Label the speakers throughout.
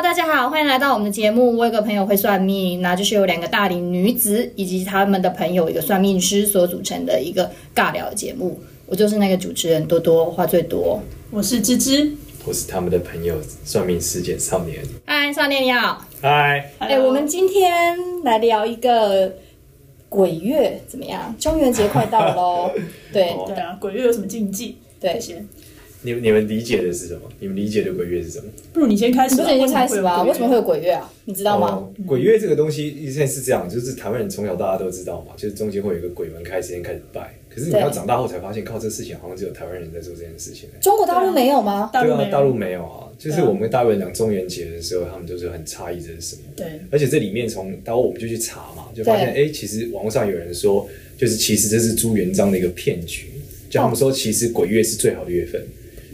Speaker 1: 大家好，欢迎来到我们的节目。我有个朋友会算命，那就是有两个大龄女子以及他们的朋友一个算命师所组成的一个尬聊节目。我就是那个主持人多多，话最多。
Speaker 2: 我是芝芝。
Speaker 3: 我是他们的朋友，算命师姐少年。
Speaker 1: 嗨，少年你好。
Speaker 3: 嗨，
Speaker 1: 哎、我们今天来聊一个鬼月怎么样？中元节快到 喽，对
Speaker 3: 哦
Speaker 2: 对啊，鬼月有什么禁忌？
Speaker 1: 对
Speaker 2: 这，些，
Speaker 3: 你你们理解的是什么？你们理解的鬼月是什么？
Speaker 2: 不如你先开
Speaker 1: 你
Speaker 2: 始
Speaker 1: 不
Speaker 2: 吧。
Speaker 1: 是已经开始吧？为什么会
Speaker 2: 有
Speaker 1: 有鬼月啊？你知道吗？
Speaker 3: 哦鬼月这个东西，现在是这样，就是台湾人从小到大都知道嘛，就是中间会有一个鬼门开时间开始拜。可是你
Speaker 1: 对
Speaker 3: 要长大后才发现，靠这事情好像只有台湾人在做这件事情、欸。
Speaker 1: 中国大陆没有吗？
Speaker 2: 大
Speaker 3: 对
Speaker 2: 陆
Speaker 3: 啊
Speaker 2: 哦没，有
Speaker 3: 大陆没有啊。就是
Speaker 2: 对啊
Speaker 3: 我们跟大陆人讲中元节的时候，他们就是很诧异这是什么。
Speaker 2: 对
Speaker 3: 而且这里面从，然后我们就去查嘛，就发现哎、
Speaker 1: 对
Speaker 3: 诶其实网络上有人说，就是其实这是朱元璋的一个骗局，就他们
Speaker 2: 哦
Speaker 3: 说其实鬼月是最好的月份，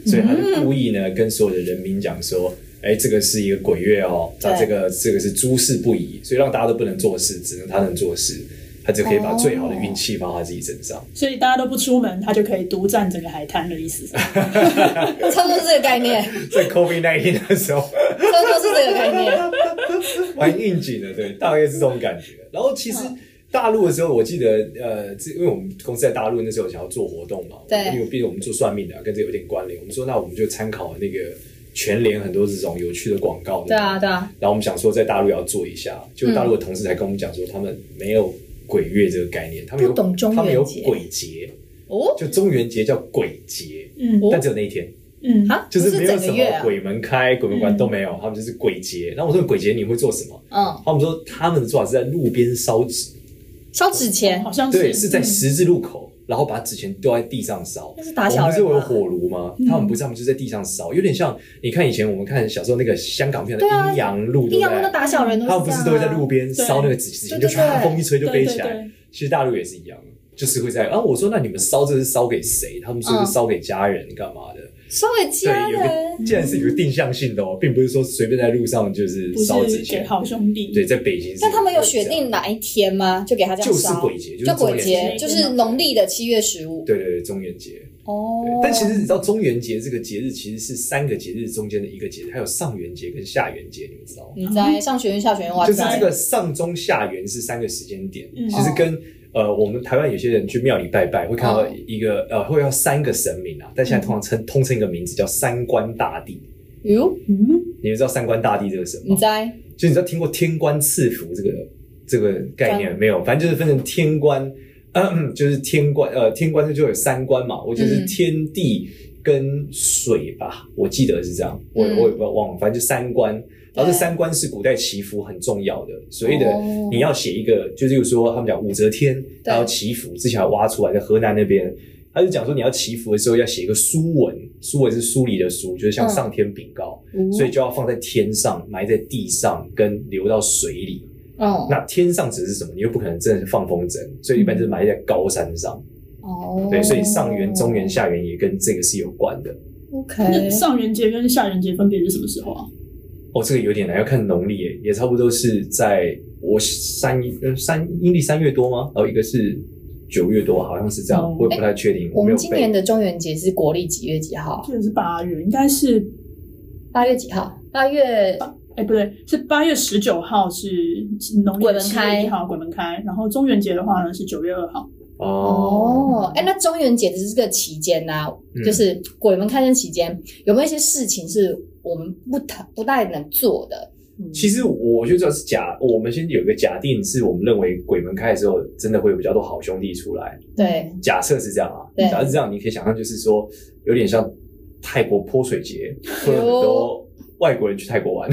Speaker 3: 所以他就故意呢跟所有的人民讲说，哎、这个是一个鬼月哦，
Speaker 1: 对
Speaker 3: 那这个这个是诸事不宜，所以让大家都不能做事，只能他能做事，他就可以把
Speaker 1: 哦
Speaker 3: 最好的运气放在自己身 上。
Speaker 2: 所以大家都不出门，他就可以独占整个海滩的意 思。
Speaker 3: 啊
Speaker 1: 差不多是这个概念，
Speaker 3: 在 COVID 1 9的时候，
Speaker 1: 差不多是这个概念。
Speaker 3: 蛮应景的，对，大概是这种感觉。然后其实
Speaker 1: 嗯
Speaker 3: 大陆的时候，我记得呃，这因为我们公司在大陆那时候想要做活动嘛，
Speaker 1: 对
Speaker 3: 因为毕竟我们做算命的啊、跟这有点关联，我们说那我们就参考那个全联很多这种有趣的广告，
Speaker 1: 对啊，对啊，
Speaker 3: 然后我们想说在大陆也要做一下，就大陆的同事才跟我们讲说，他们没有鬼月这个概念，他们有
Speaker 1: 不懂中元节
Speaker 3: 他们有鬼节，
Speaker 1: 哦，
Speaker 3: 就中元节叫鬼节，
Speaker 2: 嗯
Speaker 1: 哦
Speaker 3: 但只有那一天。
Speaker 2: 嗯，
Speaker 1: 啊，
Speaker 3: 就
Speaker 1: 不
Speaker 3: 没有
Speaker 1: 整个
Speaker 3: 什
Speaker 1: 月
Speaker 3: 么
Speaker 1: 啊，
Speaker 3: 鬼门开、鬼门关
Speaker 2: 嗯
Speaker 3: 都没有，他们就是鬼节。然后我说鬼节你会做什么？
Speaker 1: 嗯，
Speaker 3: 他们说他们的做法是在路边烧纸，
Speaker 1: 烧纸钱
Speaker 2: 好像是
Speaker 3: 对，是在
Speaker 2: 嗯
Speaker 3: 十字路口，然后把纸钱丢在地上烧。
Speaker 1: 那是打小人吧嗯
Speaker 3: 我们不是有火炉吗？他们不是，他们就在地上烧，有点像你看以前我们看小时候那个香港片的
Speaker 1: 对啊
Speaker 3: 《阴阳路》，
Speaker 1: 阴
Speaker 3: 对不
Speaker 1: 阳路
Speaker 3: 对
Speaker 1: 都？打小人，
Speaker 3: 他们不是都会在路边
Speaker 2: 对
Speaker 3: 烧那个纸纸钱，
Speaker 1: 啊对
Speaker 3: 就
Speaker 1: 对对
Speaker 3: 唰风一吹就飞起
Speaker 2: 对对
Speaker 3: 来
Speaker 2: 对。
Speaker 3: 其实大陆也是一样，就是会在啊，我说那你们烧这是烧给谁？他们说
Speaker 1: 嗯
Speaker 3: 是烧给家人干嘛的？
Speaker 1: 烧给家
Speaker 3: 对，有
Speaker 1: 人
Speaker 3: 个，既然是有个定向性的哦，并不是说随便在路上就是
Speaker 2: 不
Speaker 3: 烧
Speaker 2: 是
Speaker 3: 纸
Speaker 2: 给
Speaker 3: 钱。
Speaker 2: 好兄弟。
Speaker 3: 对，在北京是
Speaker 1: 那他们有
Speaker 3: 这
Speaker 1: 选
Speaker 3: 样
Speaker 1: 定哪一天吗？就给他这样
Speaker 3: 就是
Speaker 1: 烧，
Speaker 3: 鬼节，
Speaker 1: 就鬼
Speaker 3: 中元
Speaker 1: 节，
Speaker 2: 节
Speaker 1: 就是农历的七月十五。
Speaker 3: 对对对，中元节。
Speaker 1: 哦
Speaker 3: 对，但其实你知道，中元节这个节日其实是三个节日中间的一个节日，还有上元节跟下元节，你们知道吗？
Speaker 1: 你在上学院、下学院，嗯哇
Speaker 3: 就是
Speaker 1: 塞
Speaker 3: 这个上中下元是三个时间点，
Speaker 2: 嗯
Speaker 3: 其实跟呃我们台湾有些人去庙里拜拜会看到
Speaker 1: 哦
Speaker 3: 一个、呃会要三个神明啊，但现
Speaker 1: 嗯
Speaker 3: 在通常称通称一个名字叫三官大帝。
Speaker 1: 哟，
Speaker 2: 嗯，
Speaker 3: 你们知道三官大帝这个神
Speaker 1: 你
Speaker 3: 吗？
Speaker 1: 在
Speaker 3: 就你知道听过天官赐福这个这个概念没有？反正就是分成天官， 嗯、就是天官呃天官就有三官嘛，我就是
Speaker 1: 嗯
Speaker 3: 天地跟水吧，我记得是这样，我
Speaker 1: 嗯
Speaker 3: 我也不忘了，反正就三官。然后这
Speaker 1: 对
Speaker 3: 三官是古代祈福很重要的，所谓的
Speaker 1: 哦
Speaker 3: 你要写一个，就是比如说他们讲武则天，
Speaker 1: 对
Speaker 3: 然后祈福之前还挖出来在河南那边，他就讲说你要祈福的时候要写一个书文，书文是书里的书，就是像
Speaker 1: 嗯
Speaker 3: 上天禀告，所以就要放在天上、埋在地上，跟流到水里。
Speaker 1: 哦
Speaker 3: 那天上指的是什么？你又不可能真的是放风筝，所以一般就是埋在高山上。
Speaker 1: 哦，
Speaker 3: 对，所以上元、中元、下元也跟这个是有关的。
Speaker 2: 那
Speaker 1: 哦，OK，
Speaker 2: 上元节跟下元节分别是什么时候啊？
Speaker 3: 哦，这个有点难，要看农历耶，也差不多是在我三呃三阴历三月多吗？哦然后一个是九月多，好像是这样，
Speaker 2: 哦
Speaker 3: 我也不太确定，
Speaker 1: 哎我们
Speaker 3: 没有
Speaker 1: 今
Speaker 3: 背
Speaker 1: 年。的中元节是国历几月几号啊？
Speaker 2: 这个是八月，应该是
Speaker 1: 八月几号？八月
Speaker 2: 哎，不对，是八月十九号是农历
Speaker 1: 鬼门
Speaker 2: 7
Speaker 1: 开
Speaker 2: 月一号鬼门开，然后中元节的话呢是九月二号。
Speaker 3: 哦，
Speaker 1: 哦，哎，那中元节的这个期间呢、啊
Speaker 3: 嗯
Speaker 1: 就是鬼门开灯期间，有没有一些事情是我们不太不太能做的？
Speaker 2: 嗯
Speaker 3: 其实我就知道是假，我们先有一个假定，是我们认为鬼门开的时候，真的会有比较多好兄弟出来。
Speaker 1: 对，
Speaker 3: 假设是这样啊
Speaker 1: 对，
Speaker 3: 假设是这样，你可以想象就是说，有点像泰国泼水节，会有很多外国人去泰国玩。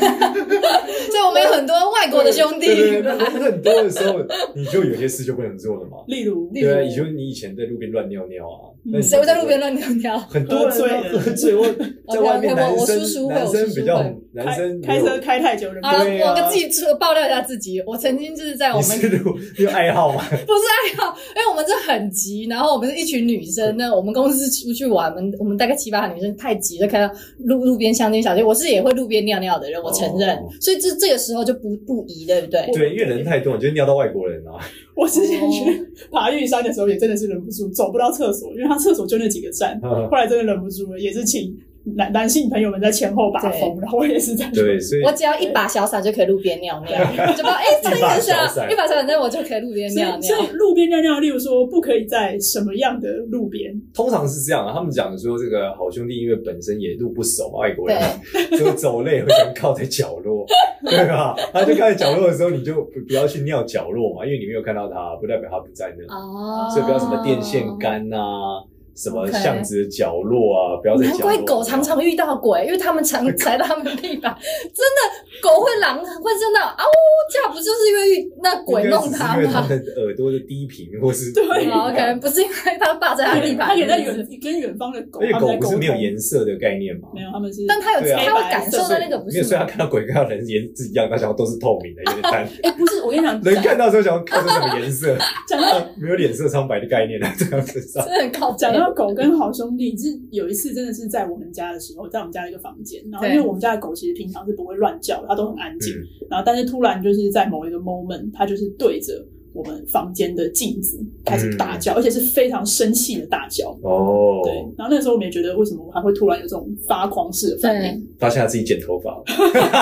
Speaker 1: 所以我们有很多外国的兄弟，
Speaker 3: 对对对，那人很多的时候，你就有些事就不能做了嘛。
Speaker 2: 例如，
Speaker 1: 例如
Speaker 3: 对啊，也就是你以前在路边乱尿尿啊，
Speaker 2: 嗯
Speaker 3: 那你
Speaker 1: 谁会在路边？乱尿尿？
Speaker 3: 很多人
Speaker 2: 喝醉了
Speaker 3: 喝醉或在外
Speaker 1: OK，OK，
Speaker 3: 面，
Speaker 1: 我
Speaker 3: 男
Speaker 1: 我
Speaker 3: 生
Speaker 1: 叔叔会
Speaker 3: 男
Speaker 1: 我
Speaker 3: 生
Speaker 1: 叔叔
Speaker 3: 比较
Speaker 1: 会
Speaker 3: 男生
Speaker 2: 开开
Speaker 3: 没有
Speaker 2: 车开太久了，
Speaker 1: 好了，
Speaker 3: 对啊
Speaker 1: 我跟自己说爆料一下自己，我曾经就是在我
Speaker 3: 你
Speaker 1: 们
Speaker 3: 是有有爱好嘛？
Speaker 1: 不是爱好，因为我们这很急，然后我们是一群女 生呢，我们公司出去玩，我们我们大概七八个女生太急，就看到路路边乡间小巷，我是也会路边尿尿的人，我承认，
Speaker 3: 哦
Speaker 1: 所以这这个时候就不不宜，对不对？
Speaker 3: 对，因为人太多，你就尿到外国人啊。
Speaker 2: 我之前去爬玉山的时候，也真的是忍不住走不到厕所，因为他厕所就那几个站，
Speaker 3: 嗯
Speaker 2: 后来真的忍不住了，也是请男男性朋友们在前后把
Speaker 1: 对
Speaker 2: 风，然后我也是在
Speaker 3: 对，所以
Speaker 1: 我只要一把小伞就可以路边尿尿，就把 哎，撑
Speaker 3: 一把
Speaker 1: 一
Speaker 3: 小
Speaker 1: 下，
Speaker 3: 伞
Speaker 1: 一把小伞，那我就可以路边
Speaker 2: 所
Speaker 1: 尿
Speaker 2: 以，
Speaker 1: 尿
Speaker 2: 所。以路边尿尿，例如说不可以在什么样的路边？
Speaker 3: 通常是这样啊，他们讲说这个好兄弟因为本身也路不熟，外国人啊 就走累会想靠在角 落，对吧？他就靠在角落的时候，你就不不要去尿角落嘛，因为你没有看到他，不代表他不在那，
Speaker 1: 哦，
Speaker 3: 所以不要什么电线。杆啊，什么
Speaker 1: OK
Speaker 3: 巷子的角落啊，不要在
Speaker 1: 哦难
Speaker 3: 角落。
Speaker 1: 怪狗常常遇到鬼，因为他们常踩到他们的地板，真的狗会狼会真的啊呜叫，不就是因为那鬼弄
Speaker 3: 它
Speaker 1: 它啊
Speaker 3: 因为他
Speaker 1: 吗？
Speaker 3: 们的耳朵的低频 或是
Speaker 2: 对
Speaker 1: 好，OK，不是因为它霸在它地板，
Speaker 2: 它也在
Speaker 1: 是不
Speaker 2: 远
Speaker 1: 是
Speaker 2: 跟远方的狗，
Speaker 3: 而且
Speaker 2: 他们
Speaker 3: 狗
Speaker 2: 在
Speaker 3: 不
Speaker 2: 沟
Speaker 3: 是
Speaker 2: 通
Speaker 3: 没有颜色的概念嘛，
Speaker 2: 没有，他们是
Speaker 1: 但它有
Speaker 3: 对啊
Speaker 1: 它会感受到
Speaker 2: 所以
Speaker 1: 那个不
Speaker 3: 没有，
Speaker 1: 是
Speaker 3: 所以他
Speaker 1: 吗？
Speaker 3: 看到鬼跟到人颜是一样，他想要都是透明的，有 点淡。
Speaker 2: 哎，不是，我跟你 讲，
Speaker 3: 人
Speaker 2: 讲
Speaker 3: 看到之后想要看出什么颜色，呃
Speaker 2: 讲到
Speaker 3: 没有脸色苍白的概念啊， 这样 子上。
Speaker 1: 真的很靠
Speaker 2: 讲
Speaker 1: 背。
Speaker 3: 啊
Speaker 2: 到狗跟好兄弟，是有一次真的是在我们家的时候，在我们家的一个房间，然后因为
Speaker 1: 对
Speaker 2: 我们家的狗其实平常是不会乱叫的，它都很安静，
Speaker 3: 嗯
Speaker 2: 然后但是突然就是在某一个 moment，它就是对着我们房间的镜子开始大叫，而且是非常生气的大叫。
Speaker 3: 嗯哦
Speaker 2: 对，然后那时候我们也觉得为什么它会突然有这种发狂式的反应，
Speaker 3: 他现在自己剪头发了，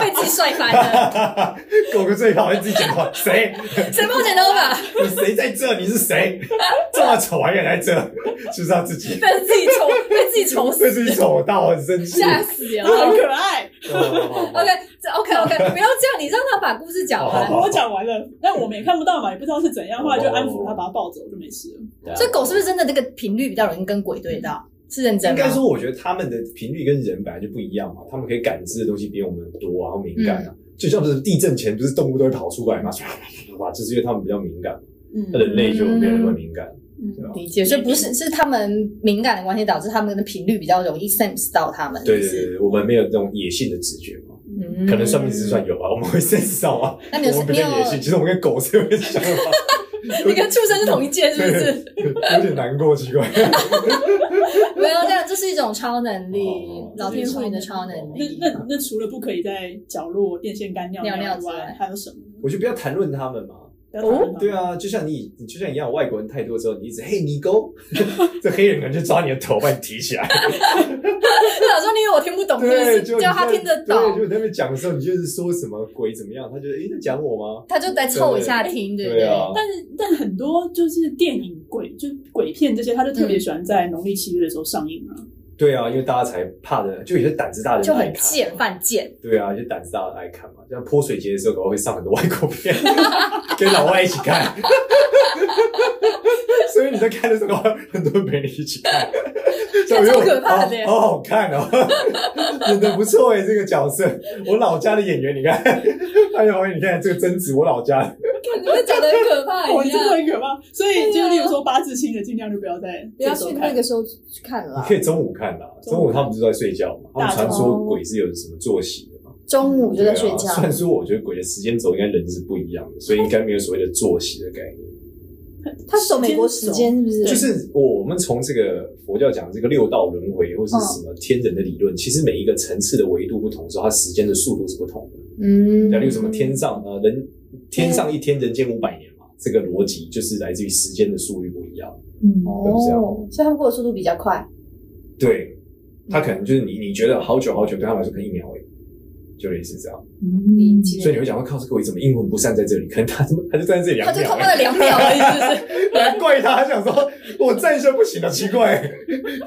Speaker 1: 被自己帅翻了，
Speaker 3: 狗狗最讨厌自己剪头发， 谁？
Speaker 1: 谁帮我剪头发？
Speaker 3: 你谁在这？你 是谁？这么丑还敢来这？是不是他自己？
Speaker 1: 被自己愁，被自己愁死，
Speaker 3: 被自己丑到很生气。 哦
Speaker 1: 吓死人
Speaker 3: 啊
Speaker 2: 它很
Speaker 1: 了。
Speaker 2: 可爱。
Speaker 1: OK，这 OK OK，不要这样，你让他把故事讲
Speaker 3: 好好
Speaker 1: 完
Speaker 3: 好。
Speaker 2: 我讲完了，但我们也看不到嘛，也不知道是怎样，后来就安抚它，
Speaker 3: 哦哦
Speaker 2: 把它抱走就没事了。
Speaker 3: 啊
Speaker 1: 所以狗是不是真的这个频率比较容易跟鬼对到？是认真
Speaker 3: 应
Speaker 1: 吗
Speaker 3: 该？说，我觉得他们的频率跟人本来就不一样嘛，他们可以感知的东西比我们多啊，然后敏感
Speaker 1: 嗯
Speaker 3: 啊。就像是地震前，不是动物都会跑出来嘛，唰唰唰唰唰，就是因为他们比较敏感，
Speaker 2: 嗯
Speaker 3: 那人类就没有那么敏感，
Speaker 2: 嗯
Speaker 3: 对吧？
Speaker 1: 理解，所以不是是他们敏感的关系导致他们的频率比较容易 sense 到他们，
Speaker 3: 对
Speaker 1: 是
Speaker 3: 对
Speaker 1: 不
Speaker 3: 对
Speaker 1: 是
Speaker 3: 对，我们没有那种野性的直觉嘛，
Speaker 1: 嗯
Speaker 3: 可能算命只是算有吧，我们会 sense 到啊。
Speaker 1: 那你有
Speaker 3: 我们比较野性，其实我们跟狗是有点像的 吧，
Speaker 1: 你跟畜生是同一届，是不 是？
Speaker 3: 有点难过，奇怪。
Speaker 1: 没有这样，这是一种超能力
Speaker 3: 哦，
Speaker 1: 老天赋予的超能
Speaker 2: 那
Speaker 1: 力。
Speaker 2: 那那除了不可以在角落、电线杆尿
Speaker 1: 尿尿
Speaker 2: 之
Speaker 1: 之
Speaker 2: 外哦
Speaker 1: 外，
Speaker 2: 还有什么？
Speaker 3: 我就不要谈论他们嘛。
Speaker 2: 不要打人
Speaker 3: 对，啊，就像你，你就像一样，外国人太多之后，你一直嘿你狗， 这黑人可能就抓你的头把你提起来。
Speaker 1: 那老师说， 因为我听不懂，
Speaker 3: 对，
Speaker 1: 哦是
Speaker 3: 就
Speaker 1: 不是叫他听得
Speaker 3: 对，
Speaker 1: 懂
Speaker 3: 就，你在那边讲的时候，你就是说什么鬼怎么样，他就诶在讲我吗？
Speaker 1: 他就来凑一下听，对不
Speaker 3: 对啊，
Speaker 2: 但是但很多就是电影鬼，就鬼片这些，他就特别喜欢在农历七月的时候上映啊。
Speaker 3: 对啊，因为大家才怕的，就有些胆子大的人
Speaker 1: 就
Speaker 3: 爱
Speaker 1: 很
Speaker 3: 看
Speaker 1: 贱，犯 贱。
Speaker 3: 对啊，就胆子大的爱看嘛。像泼水节的时候，搞不好会上很多外国片，跟老外一起看。所以你在看的时候，搞不好很多人陪你一起看，
Speaker 1: 看超可怕的耶
Speaker 3: 好好好看哦，演的不错哎，这个角色，我老家的演员，你看，哎呦，你看这个贞子，我老家的，
Speaker 1: 你们讲的很可 怕
Speaker 2: 我
Speaker 1: 一
Speaker 2: 真的
Speaker 1: 样，
Speaker 2: 很可怕，所以就例如说八字轻的，尽量就不要在
Speaker 1: 啊不
Speaker 2: 这
Speaker 1: 要
Speaker 2: 时
Speaker 1: 去
Speaker 2: 候
Speaker 1: 那
Speaker 2: 看。
Speaker 1: 个时候去看了
Speaker 3: 你
Speaker 1: 啦
Speaker 3: 可。以中午看啦，中午他们就在睡觉嘛，他们传
Speaker 1: 大
Speaker 3: 说
Speaker 1: 中
Speaker 3: 鬼是有什么作息的嘛。
Speaker 1: 中午就在睡
Speaker 3: 对
Speaker 1: 觉
Speaker 3: 啊。虽然说，我觉得鬼的时间轴应该人是不一样的，所以应该没有所谓的作息的概念。
Speaker 1: 他守美国时间是不是？
Speaker 3: 就是我我们从这个佛教讲的这个六道轮回或是什么天人的理
Speaker 1: 嗯
Speaker 3: 论，其实每一个层次的维度不同的时候，它时间的速度是不同的。
Speaker 1: 嗯
Speaker 3: 假如什么天上呃人天上一天，人间五百年
Speaker 1: 嗯
Speaker 3: 嘛，这个逻辑就是来自于时间的速率不一样。
Speaker 2: 嗯，
Speaker 3: 就是这样
Speaker 1: 哦，所以他们过的速度比较快。
Speaker 3: 对，它可能就是你你觉得好久好久，对他们来说可能一秒而已。就类似这样，
Speaker 1: 理解
Speaker 3: 所以你会讲说，靠，这个鬼怎么阴魂不散在这里？可能他怎么他就站在这里 两
Speaker 1: 他就
Speaker 3: 秒
Speaker 1: 通过了
Speaker 3: 欸，
Speaker 1: 两秒而已，是不是？
Speaker 3: 难怪他想说，我站一下不行了，啊奇怪，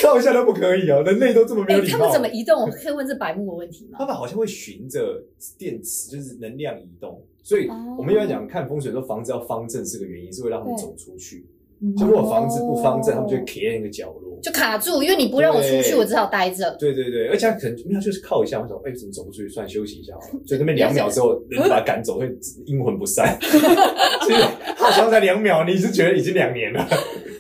Speaker 3: 靠一下都不可以哦，人类都这么 没有
Speaker 1: 哎，
Speaker 3: 礼貌。
Speaker 1: 他们怎么移动？我可以问这白目的问题吗
Speaker 3: 他？们好像会循着电池，就是能量移动。所以
Speaker 1: 哦
Speaker 3: 我们一般讲看风水说房子要方正是个原因，是会让他们走出去。
Speaker 1: 嗯
Speaker 3: 就如果房子不方正，他们就会
Speaker 1: 哦
Speaker 3: 卡在那个角落。
Speaker 1: 就卡住，因为你不让我出去，
Speaker 3: 对
Speaker 1: 我只好待 着。
Speaker 3: 对对对，而且他可能没有，就是靠一下，我想，哎、怎么走不出去？算了休息一下好了。就那边两秒之后，人把他赶走，会阴魂不散。 所以好像才两秒，你是觉得已经两年了。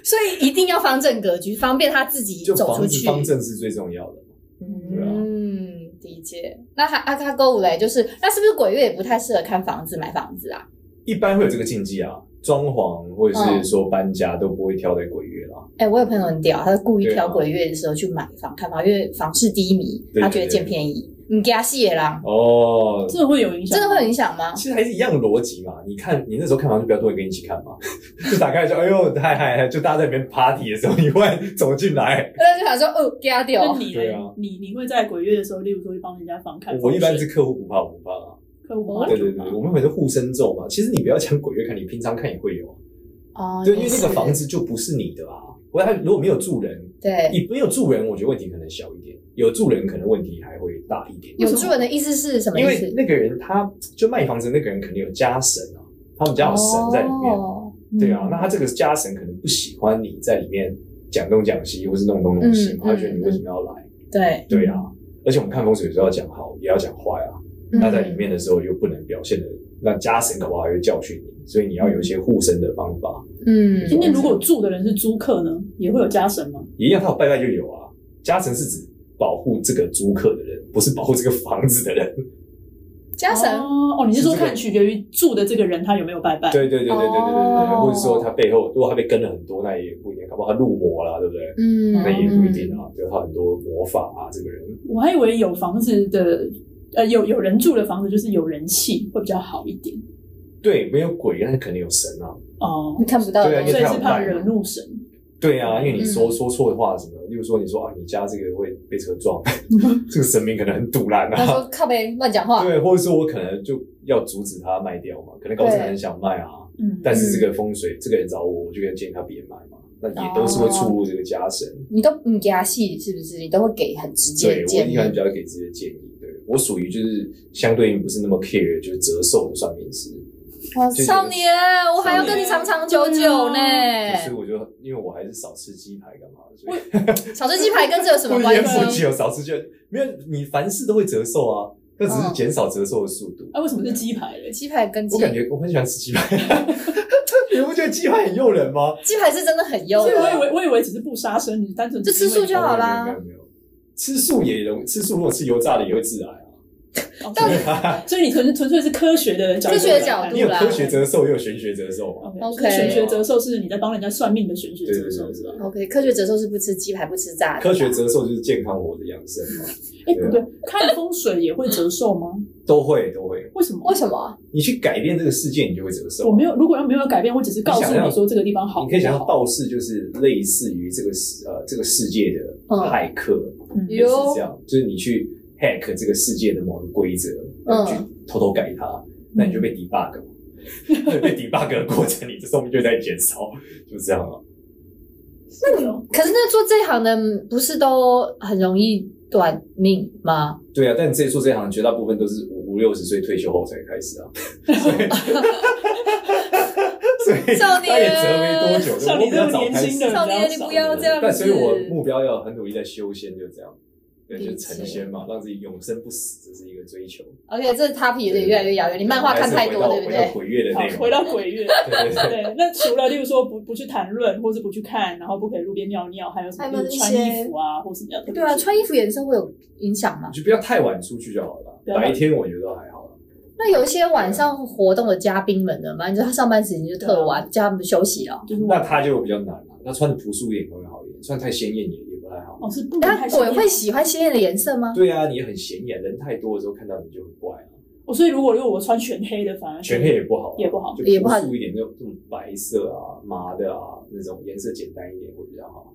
Speaker 1: 所以一定要方正格局，方便他自己
Speaker 3: 就
Speaker 1: 走出
Speaker 3: 房子
Speaker 1: 去。
Speaker 3: 方正是最重要的。对啊
Speaker 1: 嗯，理解。那还阿卡购物嘞，就是那是不是鬼月也不太适合看房子、买房子啊？
Speaker 3: 一般会有这个禁忌啊，装潢或者
Speaker 1: 嗯
Speaker 3: 是说搬家都不会挑在鬼月啦。
Speaker 1: 哎、我有朋友很屌，他故意
Speaker 3: 对啊
Speaker 1: 挑鬼月的时候去买房看房，因为房市低迷，
Speaker 3: 对
Speaker 1: 他觉得
Speaker 3: 对
Speaker 1: 捡便宜。你给他戏野狼，
Speaker 3: 哦，
Speaker 2: 真的会有影响，
Speaker 1: 真的会有影响吗？
Speaker 3: 其实还是一样的逻辑嘛。你看，你那时候看完就不要多人跟你一起看嘛， 就打开就哎呦，嗨嗨嗨，就大家在里面 party 的时候，你忽然走进来。
Speaker 1: 那就想说，哦，给他
Speaker 2: 那
Speaker 1: 掉，
Speaker 2: 你
Speaker 3: 对
Speaker 2: 呢
Speaker 3: 啊？
Speaker 2: 你你会在鬼月的时候，例如说去帮人家房看风水，
Speaker 3: 我一般是客户不怕，我不怕啊。
Speaker 2: 客
Speaker 1: 哦
Speaker 2: 户帮
Speaker 3: 对
Speaker 2: 你
Speaker 3: 对
Speaker 2: 看
Speaker 3: 对，我们每次护身咒嘛。其实你不要讲鬼月看，你平常看也会有啊。
Speaker 1: 哦，
Speaker 3: 对，因为
Speaker 1: 也是
Speaker 3: 那个房，子就不是你的啊。我它如果没有住人，
Speaker 1: 对，
Speaker 3: 你没有住人，我觉得问题可能小一点；有住人，可能问题还会大一点。
Speaker 1: 有住人的意思是什么
Speaker 3: 因
Speaker 1: 意
Speaker 3: 为
Speaker 1: 思？
Speaker 3: 那个人他就卖房子，那个人肯定有家神啊，他们家有神在里面。
Speaker 1: 哦
Speaker 3: 对啊，
Speaker 2: 嗯
Speaker 3: 那他这个家神可能不喜欢你在里面讲东讲西，或是弄东弄西嘛，
Speaker 1: 嗯
Speaker 3: 他觉得你为什么要来？
Speaker 1: 对，嗯
Speaker 3: 对啊，而且我们看风水的时候要讲好，也要讲坏啊。那在里
Speaker 1: 嗯
Speaker 3: 面的时候又不能表现的，那家神搞不好还会教训你，所以你要有一些护身的方法。
Speaker 1: 嗯，
Speaker 2: 今天如果住的人是租客呢，也会有家神吗？
Speaker 3: 一样，他有拜拜就有啊。家神是指保护这个租客的人，不是保护这个房子的人。
Speaker 1: 家嗯神
Speaker 2: 哦，哦你是说
Speaker 3: 是这个
Speaker 2: 看取决于住的这个人他有没有拜拜？
Speaker 3: 对对对对对对对对，
Speaker 1: 哦
Speaker 3: 或者说他背后，如果他被跟了很多，那也不一定，搞不好他入魔啦，对不对？
Speaker 1: 嗯，
Speaker 3: 那也不一定啊，就他很多魔法啊，这个人。
Speaker 2: 我还以为有房子的，呃，有有人住的房子就是有人气会比较好一点
Speaker 3: 对，没有鬼，但是肯定有神啊。
Speaker 2: 哦
Speaker 1: 你，看不到的
Speaker 3: 对啊
Speaker 1: 东
Speaker 2: 所
Speaker 1: 西，
Speaker 2: 以
Speaker 3: 因为他
Speaker 2: 是
Speaker 3: 有
Speaker 2: 怕
Speaker 3: 拜
Speaker 2: 惹怒神。
Speaker 3: 对啊，因为你说、
Speaker 1: 嗯
Speaker 3: 说错的话什么，例如说你说啊，你家这个会被车撞， 这个神明可能很堵然
Speaker 1: 他
Speaker 3: 啊，
Speaker 1: 说靠背乱讲话，
Speaker 3: 对，或者说我可能就要阻止他卖掉嘛，可能搞这个很想卖啊，
Speaker 2: 嗯，
Speaker 3: 但是这个风水，这个人找我，我就跟他建议他别买嘛，那也都是会触入这个家神。
Speaker 1: 你都你给他戏是不是？你都会给很直接
Speaker 3: 对
Speaker 1: 的
Speaker 3: 我
Speaker 1: 建
Speaker 3: 一
Speaker 1: 议，
Speaker 3: 般比较给这些建议，对我属于就是相对应不是那么 care，就是折寿的算命师，
Speaker 1: 哇，
Speaker 3: 就觉得
Speaker 1: 哦少年，我还要跟你长长久久呢。
Speaker 3: 所以我就因为我还是少吃鸡排干嘛的，所以。
Speaker 1: 少吃鸡排跟这有什么
Speaker 3: 不
Speaker 1: 关
Speaker 3: 烟不
Speaker 1: 系？
Speaker 3: 酒，少吃就没有。你凡事都会折寿啊，那只是减少折寿的速度。
Speaker 2: 啊，为什么是鸡排嘞？
Speaker 1: 鸡排跟鸡
Speaker 3: 我感觉我很喜欢吃鸡排， 你们不觉得鸡排很诱人吗？
Speaker 1: 鸡排是真的很优
Speaker 2: 所以我以
Speaker 1: 的，
Speaker 2: 为我以为只是不杀生，你单纯
Speaker 1: 就吃素就好啦
Speaker 3: 哦没有没有，没有吃素也容吃素，如果吃油炸的也会致癌啊。
Speaker 2: 哦
Speaker 1: 但
Speaker 2: 所以你纯纯粹是科学的角度，
Speaker 1: 科学的角度
Speaker 2: 嗯
Speaker 1: 啦
Speaker 3: 你有科学折寿，也有玄学折寿嘛。
Speaker 2: OK，
Speaker 1: OK
Speaker 2: 玄学折寿是你在帮人家算命的玄学
Speaker 3: 对对
Speaker 2: 折
Speaker 3: 对
Speaker 2: 寿
Speaker 3: 对
Speaker 2: 是吧？
Speaker 1: OK，科学折寿是不吃鸡排不吃炸的，
Speaker 3: 科学折寿就是健康活的养生嘛，
Speaker 2: 哎，
Speaker 3: 对啊
Speaker 2: 不对，看风水也会折寿吗？
Speaker 3: 都会都会。
Speaker 2: 为什么？
Speaker 1: 为什么？
Speaker 3: 你去改变这个世界，你就会折寿
Speaker 2: 我。没有，如果要没有改变，我只是告诉
Speaker 3: 你想要
Speaker 2: 你说这个地方好，
Speaker 3: 你可以想象
Speaker 2: 到，
Speaker 3: 道士就是类似于这个世呃这个世界的
Speaker 1: 嗯
Speaker 3: 骇客，
Speaker 2: 嗯
Speaker 3: 也是
Speaker 1: 哟
Speaker 3: 这样，就是你去 hack 这个世界的某个规则，然
Speaker 1: 嗯
Speaker 3: 后去偷偷改它，那你就被 debug 嘛。 被 debug 的过程，你的寿命就在减少，就这样啊。
Speaker 2: 那种
Speaker 1: 可是那做这行的不是都很容易短命吗？
Speaker 3: 对啊，但这做这行绝大部分都是五五六十岁退休后才开始啊， 所以所以
Speaker 1: 少年
Speaker 3: 他也折没多久，
Speaker 2: 像
Speaker 3: 我
Speaker 2: 你
Speaker 3: 比
Speaker 2: 这
Speaker 3: 较
Speaker 2: 种
Speaker 3: 早
Speaker 2: 年
Speaker 3: 开
Speaker 2: 轻的
Speaker 3: 始
Speaker 2: 人，
Speaker 1: 少年你不要这样子
Speaker 3: 但所以我目标要很努力在修仙，就这样，对，就
Speaker 1: 理
Speaker 3: 是
Speaker 1: 解
Speaker 3: 成仙嘛，让自己永生不死，这是一个追求。
Speaker 1: OK，这 topic 也越来越遥远，你漫画看太多，
Speaker 3: 还是
Speaker 1: 对不
Speaker 3: 回到回
Speaker 1: 对
Speaker 3: 到？鬼月的
Speaker 2: 好
Speaker 3: 内容，
Speaker 2: 回到鬼月。
Speaker 3: 对对对。
Speaker 2: 对，那除了例如说不不去谈论，或是不去看，然后不可以路边尿尿，还有什么
Speaker 1: 还有
Speaker 2: 例如
Speaker 1: 一
Speaker 2: 穿
Speaker 1: 些
Speaker 2: 衣服啊，或什么样的？
Speaker 1: 对啊，穿衣服颜色会有影响吗
Speaker 3: 你？就不要太晚出去就好了
Speaker 2: 不
Speaker 3: 啦。
Speaker 2: 要
Speaker 3: 白天我觉得还好啦，
Speaker 1: 那有一些晚上活动的嘉宾们呢嘛，你知道他上班时间就特晚，叫他们休息哦了。
Speaker 2: 就是
Speaker 3: 那他就比较难了。那穿的朴素一点可能会好一点，穿太鲜艳也也不太好。
Speaker 2: 哦是不能
Speaker 1: 那
Speaker 2: 太
Speaker 1: 鬼会
Speaker 2: 显
Speaker 1: 喜欢鲜艳的颜色吗？
Speaker 3: 对啊，你很显眼，人太多的时候看到你就很怪啊。
Speaker 2: 眼哦，所以如果如果我穿全黑的，反而
Speaker 3: 全黑也不好啊，
Speaker 2: 也不好
Speaker 3: 就
Speaker 1: 也不好
Speaker 3: 朴素一点，那种这种白色啊、麻的啊那种颜色简单一点会比较好，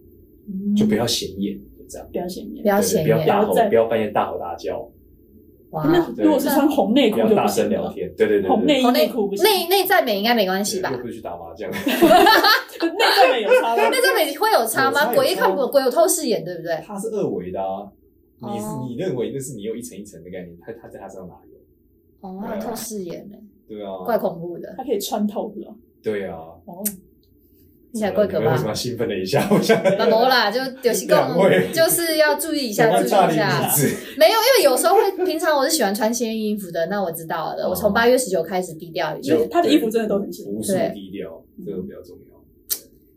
Speaker 2: 嗯
Speaker 3: 就不要显眼，就这样。
Speaker 2: 不要显眼
Speaker 1: 不。要
Speaker 3: 对对
Speaker 1: 显
Speaker 3: 不要
Speaker 1: 眼
Speaker 3: 大吼，
Speaker 2: 不要再
Speaker 3: 不要半夜大吼大叫，
Speaker 1: 哇！
Speaker 2: 那
Speaker 3: 对
Speaker 2: 如果是穿红内
Speaker 3: 啊不
Speaker 2: 裤
Speaker 3: 要
Speaker 2: 就
Speaker 3: 大
Speaker 2: 不
Speaker 3: 声
Speaker 2: 行
Speaker 3: 聊
Speaker 2: 了，
Speaker 3: 天。对对对
Speaker 2: 红
Speaker 3: 对
Speaker 2: 内
Speaker 3: 对，
Speaker 1: 哦内
Speaker 2: 内裤不行，
Speaker 1: 内内在美应该没关系吧
Speaker 3: 又？不是去打麻 将，
Speaker 2: 内在美有 差吗？
Speaker 1: 内在美会有差
Speaker 3: 有
Speaker 1: 吗？
Speaker 3: 差
Speaker 1: 鬼一
Speaker 3: 有差
Speaker 1: 看鬼鬼有透视眼，对不对？
Speaker 3: 它是二维的啊。你是
Speaker 1: 哦
Speaker 3: 你认为那是你有一层一层的概念，它它在它身上哪有？
Speaker 1: 哦，它有透视眼呢，
Speaker 3: 对啊，
Speaker 1: 怪恐怖的，
Speaker 2: 它可以穿透是吧？
Speaker 3: 对啊，
Speaker 2: 哦，
Speaker 1: 听起来怪可
Speaker 3: 你们为什么
Speaker 1: 怕。
Speaker 3: 要兴奋了一下？我想
Speaker 1: 那没啦，就有些
Speaker 3: 两位
Speaker 1: 共就是要注意一下，注意一
Speaker 3: 大龄
Speaker 1: 下
Speaker 3: 女。子，
Speaker 1: 没有，因为有时候会，平常我是喜欢穿鲜艳衣服的，那我知道了。
Speaker 3: 哦
Speaker 1: 我从八月十九开始低调一
Speaker 2: 因为
Speaker 1: 点。
Speaker 2: 他的衣服真的都很嗯显眼。
Speaker 3: 朴素低调，这个比较重要。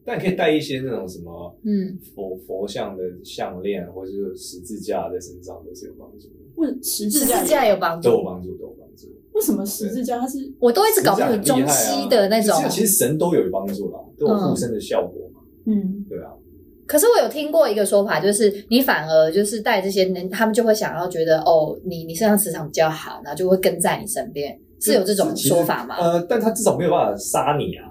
Speaker 3: 但可以带一些那种什么
Speaker 1: 嗯，
Speaker 3: 佛佛像的项链，或者是十字架在身上，都是有帮助的，
Speaker 2: 为
Speaker 1: 十
Speaker 2: 十字
Speaker 1: 字
Speaker 2: 架
Speaker 1: 架有帮
Speaker 3: 都
Speaker 1: 助，
Speaker 3: 有帮助，都有帮助。
Speaker 2: 为什么十字架它是
Speaker 1: 我都一直搞不
Speaker 3: 十
Speaker 1: 懂
Speaker 3: 字架很厉
Speaker 1: 中
Speaker 3: 害啊
Speaker 1: 西的那种嗯
Speaker 3: 其。实其实神都有帮助啦，都有护身的效果嘛。
Speaker 2: 嗯
Speaker 3: 对啊，
Speaker 1: 可是我有听过一个说法，就是你反而就是带这些人，他们就会想要觉得哦，你你身上磁场比较好，然后就会跟在你身边，是有这种说法吗？
Speaker 3: 呃，但他至少没有办法杀你啊，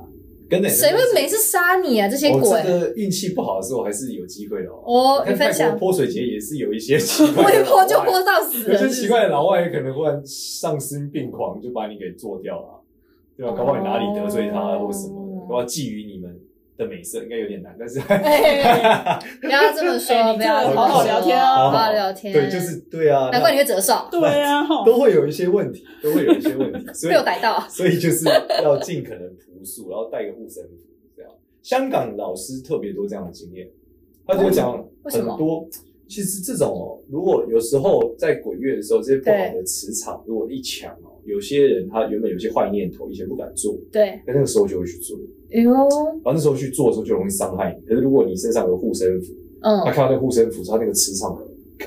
Speaker 3: 跟那
Speaker 1: 谁会每次杀你啊？这些
Speaker 3: 我
Speaker 1: 鬼
Speaker 3: 真！的运气不好的时候还是有机会的哦。
Speaker 1: 哦，你
Speaker 3: 看
Speaker 1: 分
Speaker 3: 泰国
Speaker 1: 享，
Speaker 3: 泼水节也是有一些奇怪的老
Speaker 1: 我
Speaker 3: 外，
Speaker 1: 一泼就泼到死
Speaker 3: 有
Speaker 1: 了
Speaker 3: 些，奇怪的老外可能忽然丧心病狂，就把你给做掉了，对啊吧？搞不好你哪里得罪他或什
Speaker 1: 哦
Speaker 3: 么的，搞不好觊觎你们的美色，应该有点难。但是，
Speaker 1: 哎不要这么
Speaker 2: 哎
Speaker 1: 说，
Speaker 2: 你
Speaker 1: 不要这么说
Speaker 3: 好好
Speaker 2: 聊天啊
Speaker 1: 好好聊天，
Speaker 3: 对，就是对啊，
Speaker 1: 难怪你会折寿，
Speaker 2: 对啊，哈
Speaker 3: 都会有一些问题，都会有一些问题，所以
Speaker 1: 被我逮到。
Speaker 3: 所以就是要尽可能朴素，然后带个护身符这样。香港老师特别多这样的经验，他就讲
Speaker 1: 为什
Speaker 3: 很
Speaker 1: 么
Speaker 3: 多。其实这种哦，如果有时候在鬼月的时候，这些不好的磁场如果一强哦，有些人他原本有些坏念头，以前不敢做，
Speaker 1: 对，
Speaker 3: 但那个时候就会去做，
Speaker 1: 哎呦，
Speaker 3: 然后那时候去做的时候就容易伤害你。可是如果你身上有护身符，他
Speaker 1: 嗯，
Speaker 3: 看到那个护身符，他那个磁场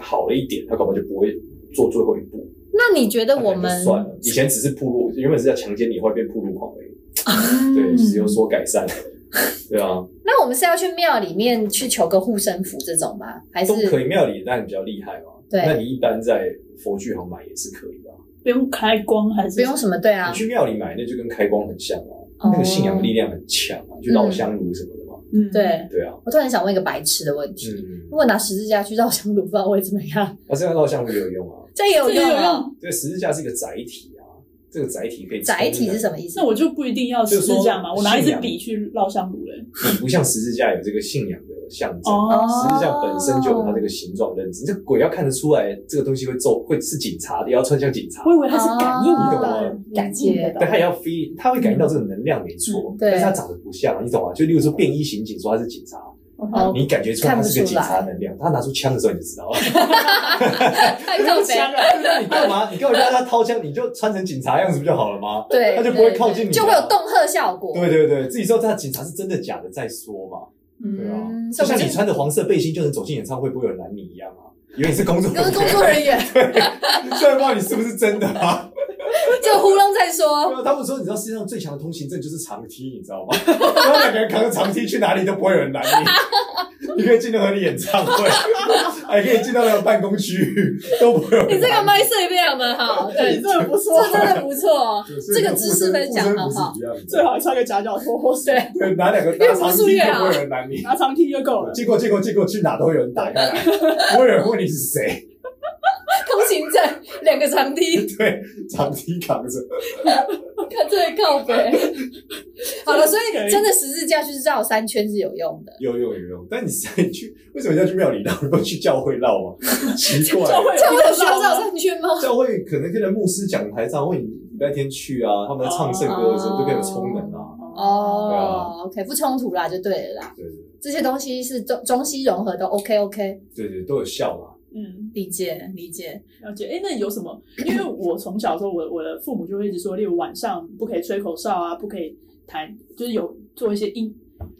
Speaker 3: 好了一点，他搞不好就不会做最后一步。
Speaker 1: 那你觉得
Speaker 3: 那
Speaker 1: 我
Speaker 3: 就
Speaker 1: 们
Speaker 3: 算了，以前只是铺路，原本是要强奸你，后来变铺路狂而已。
Speaker 2: 嗯
Speaker 1: 嗯
Speaker 3: 对，只有所改善。 对啊，
Speaker 1: 那我们是要去庙里面去求个护身符这种吗？还是
Speaker 3: 都可以。庙里那你比较厉害嘛？
Speaker 1: 对
Speaker 3: 那你一般在佛具行买也是可以的啊、
Speaker 2: 不用开光还是
Speaker 1: 不用什么对啊哦
Speaker 3: 你？去庙里买，那就跟开光很像啊，那个信仰的力量很强啊，
Speaker 1: 嗯
Speaker 3: 就绕香炉什么的嘛。
Speaker 2: 嗯，
Speaker 1: 对，
Speaker 3: 对啊，
Speaker 1: 我突然想问一个白痴的问题：
Speaker 3: 嗯
Speaker 1: 如，果拿十字架去绕香炉，不知道会怎么样？
Speaker 3: 那这样绕香炉也有用啊。
Speaker 1: 这也有
Speaker 2: 这
Speaker 1: 用
Speaker 2: 有
Speaker 1: 啊？
Speaker 2: 用。
Speaker 3: 这个十字架是一个载体啊，这个载体可以
Speaker 1: 载体是什
Speaker 3: 么？
Speaker 1: 么意思
Speaker 2: 那？我就不一定要十字架嘛，
Speaker 3: 就是说
Speaker 2: 我拿一
Speaker 3: 信
Speaker 2: 支
Speaker 3: 仰
Speaker 2: 笔去绕香炉嘞。
Speaker 3: 你不像十字架有这个信仰的象征。
Speaker 2: 哦，
Speaker 1: 哦
Speaker 3: 十字架本身就有它这个形状认知，这鬼要看得出来这个东西会皱，会是警察的，也要穿像警察
Speaker 2: 我。以为它是感应
Speaker 3: 你
Speaker 2: 的
Speaker 1: 哦
Speaker 3: 懂吗
Speaker 2: 吧，
Speaker 1: 感
Speaker 2: 感
Speaker 1: 应
Speaker 2: 应
Speaker 1: 的
Speaker 2: 的
Speaker 1: 吧
Speaker 2: 吧。
Speaker 3: 对，他也要 feel，他会感应到这种能量没错，
Speaker 1: 嗯对嗯
Speaker 3: 但是他长得不像，你懂吗？就例如说便衣刑警说他是警察，
Speaker 1: 哦
Speaker 3: 你感觉出来他
Speaker 1: 看
Speaker 3: 是个
Speaker 1: 不出
Speaker 3: 警
Speaker 1: 来
Speaker 3: 察能量，他拿出枪的时候你就知道 了。
Speaker 1: 太靠北
Speaker 2: 香啊，
Speaker 3: 那你干嘛？你干嘛让他掏枪？你就穿成警察样子不就好了吗？
Speaker 1: 对，
Speaker 3: 他就不会靠近你啊
Speaker 1: 对就会有恫吓效果。
Speaker 3: 对对对，自己说他警察是真的假的再说嘛，对啊
Speaker 1: 嗯，，所
Speaker 3: 就
Speaker 1: 以我
Speaker 3: 像
Speaker 1: 们
Speaker 3: 你穿着黄色背心就能走进演唱会，不会有人拦你一样啊。因为你是工作人
Speaker 1: 就是
Speaker 3: 员，
Speaker 1: 工作人员，
Speaker 3: 虽然不知道你是不是真的啊。
Speaker 1: 就糊弄再
Speaker 3: 对
Speaker 1: 说。
Speaker 3: 啊，他们说你知道世界上最强的通行证就是长梯，你知道吗？ 然后两个人扛着长梯去哪里都不会有人拦 你，你可以进任何的演唱会， 还可以进到那个办公区 域，都不会有人拦
Speaker 1: 你这个麦碎变的好，对
Speaker 2: 哎你，这个不错，
Speaker 1: 这真的不错，哦
Speaker 3: 对所以
Speaker 1: 这个知识分享好
Speaker 3: 护
Speaker 1: 不
Speaker 3: 身
Speaker 1: 好
Speaker 3: 护？身符是一样的
Speaker 2: 最好穿个夹脚拖鞋，
Speaker 3: 对，拿两个
Speaker 1: 越
Speaker 3: 拿
Speaker 1: 朴
Speaker 3: 长
Speaker 1: 素
Speaker 3: 梯
Speaker 1: 越
Speaker 3: 都
Speaker 1: 好
Speaker 3: 不会有人拦
Speaker 1: 啊
Speaker 3: 你。
Speaker 2: 拿长梯就够了。
Speaker 3: 结果结果结果去哪都会有人打开 来，不会有人问你是谁，
Speaker 1: 通行证两个长梯，
Speaker 3: 对，长梯扛着，
Speaker 1: 看这里靠北。好了，所以真的十字架去绕三圈是有用的。
Speaker 3: 有用有用。但你你去为什么要去庙里绕？你不去教会绕吗？奇 怪，
Speaker 2: 教会
Speaker 1: 这样
Speaker 2: 有
Speaker 1: 会有
Speaker 2: 听
Speaker 1: 需要绕
Speaker 2: 到吗？
Speaker 1: 三圈吗？
Speaker 3: 教会可能跟着牧师讲台上，或你礼拜天去啊，他们在唱圣歌的时候就变得充能啊。
Speaker 1: 哦，OK，不冲突啦，就对了啦。
Speaker 3: 对
Speaker 1: 这些东西是中中西融合都 OK OK，
Speaker 3: 对对，都有效啦。
Speaker 2: 嗯，
Speaker 1: 理解理解。
Speaker 2: 了解。哎，那有什么？因为我从小的时候，我我的父母就会一直说，例如晚上不可以吹口哨啊，不可以弹，就是有做一些音，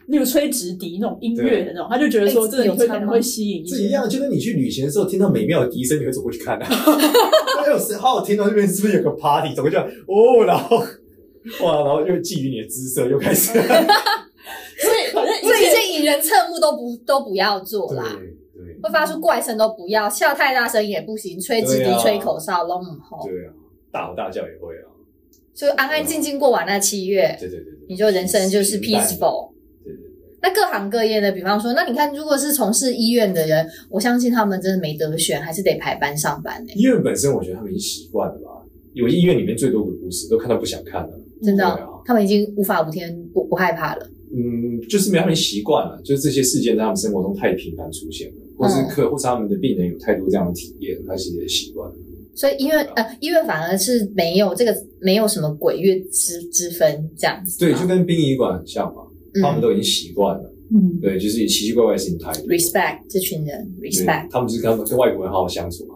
Speaker 2: 例如吹直笛那种音乐的那种，他就觉得说，
Speaker 1: 哎
Speaker 2: 这个你
Speaker 1: 有
Speaker 2: 会
Speaker 1: 差
Speaker 2: 可能
Speaker 1: 吗
Speaker 2: 会吸引一
Speaker 3: 这一
Speaker 2: 些。
Speaker 3: 样，就跟你去旅行的时候听到美妙的笛声，你会走过去看啊。哎呦，谁好好听哦！这边是不是有个 party？走过去看哦，然后哇，然后又觊觎你的姿色，又开始。
Speaker 2: 所以反正
Speaker 1: 这一些引人侧目都不都不要做
Speaker 3: 对
Speaker 1: 啦，
Speaker 3: 对
Speaker 1: 会发出怪声都不要，笑太大声也不行，吹直
Speaker 3: 对
Speaker 1: 笛、
Speaker 3: 啊
Speaker 1: 吹口哨都唔好，
Speaker 3: 对啊，大吼大叫也会啊。
Speaker 1: 就安安静静过完那七月，
Speaker 3: 对对对对，
Speaker 1: 你就人生就是
Speaker 3: 平淡
Speaker 1: peaceful。
Speaker 3: 对对对，
Speaker 1: 那各行各业的，比方说，那你看，如果是从事医院的人，我相信他们真的没得选，还是得排班上班欸呢、
Speaker 3: 医院本身我觉得他们已经习惯了吧。有医院里面最多鬼故事，都看到不想看了。
Speaker 1: 真的、哦
Speaker 3: 对啊
Speaker 1: 他们已经无法无天，不不害怕了。
Speaker 3: 嗯，就是没有他们习惯了，就是这些事件在他们生活中太频繁出现了，
Speaker 1: 嗯
Speaker 3: 或是客，或是他们的病人有太多这样的体验，他其实也习惯了。
Speaker 1: 所以医院呃，医院反而是没有这个没有什么鬼月之之分这样子
Speaker 3: 对，
Speaker 1: 吗。
Speaker 3: 就跟殡仪馆很像嘛，他们
Speaker 1: 嗯
Speaker 3: 都已经习惯了。
Speaker 2: 嗯，
Speaker 3: 对，就是奇奇怪怪的事情太多。
Speaker 1: respect 这群人
Speaker 3: 对
Speaker 1: respect 嗯
Speaker 3: 他们就是跟他们跟外国人好好相处嘛，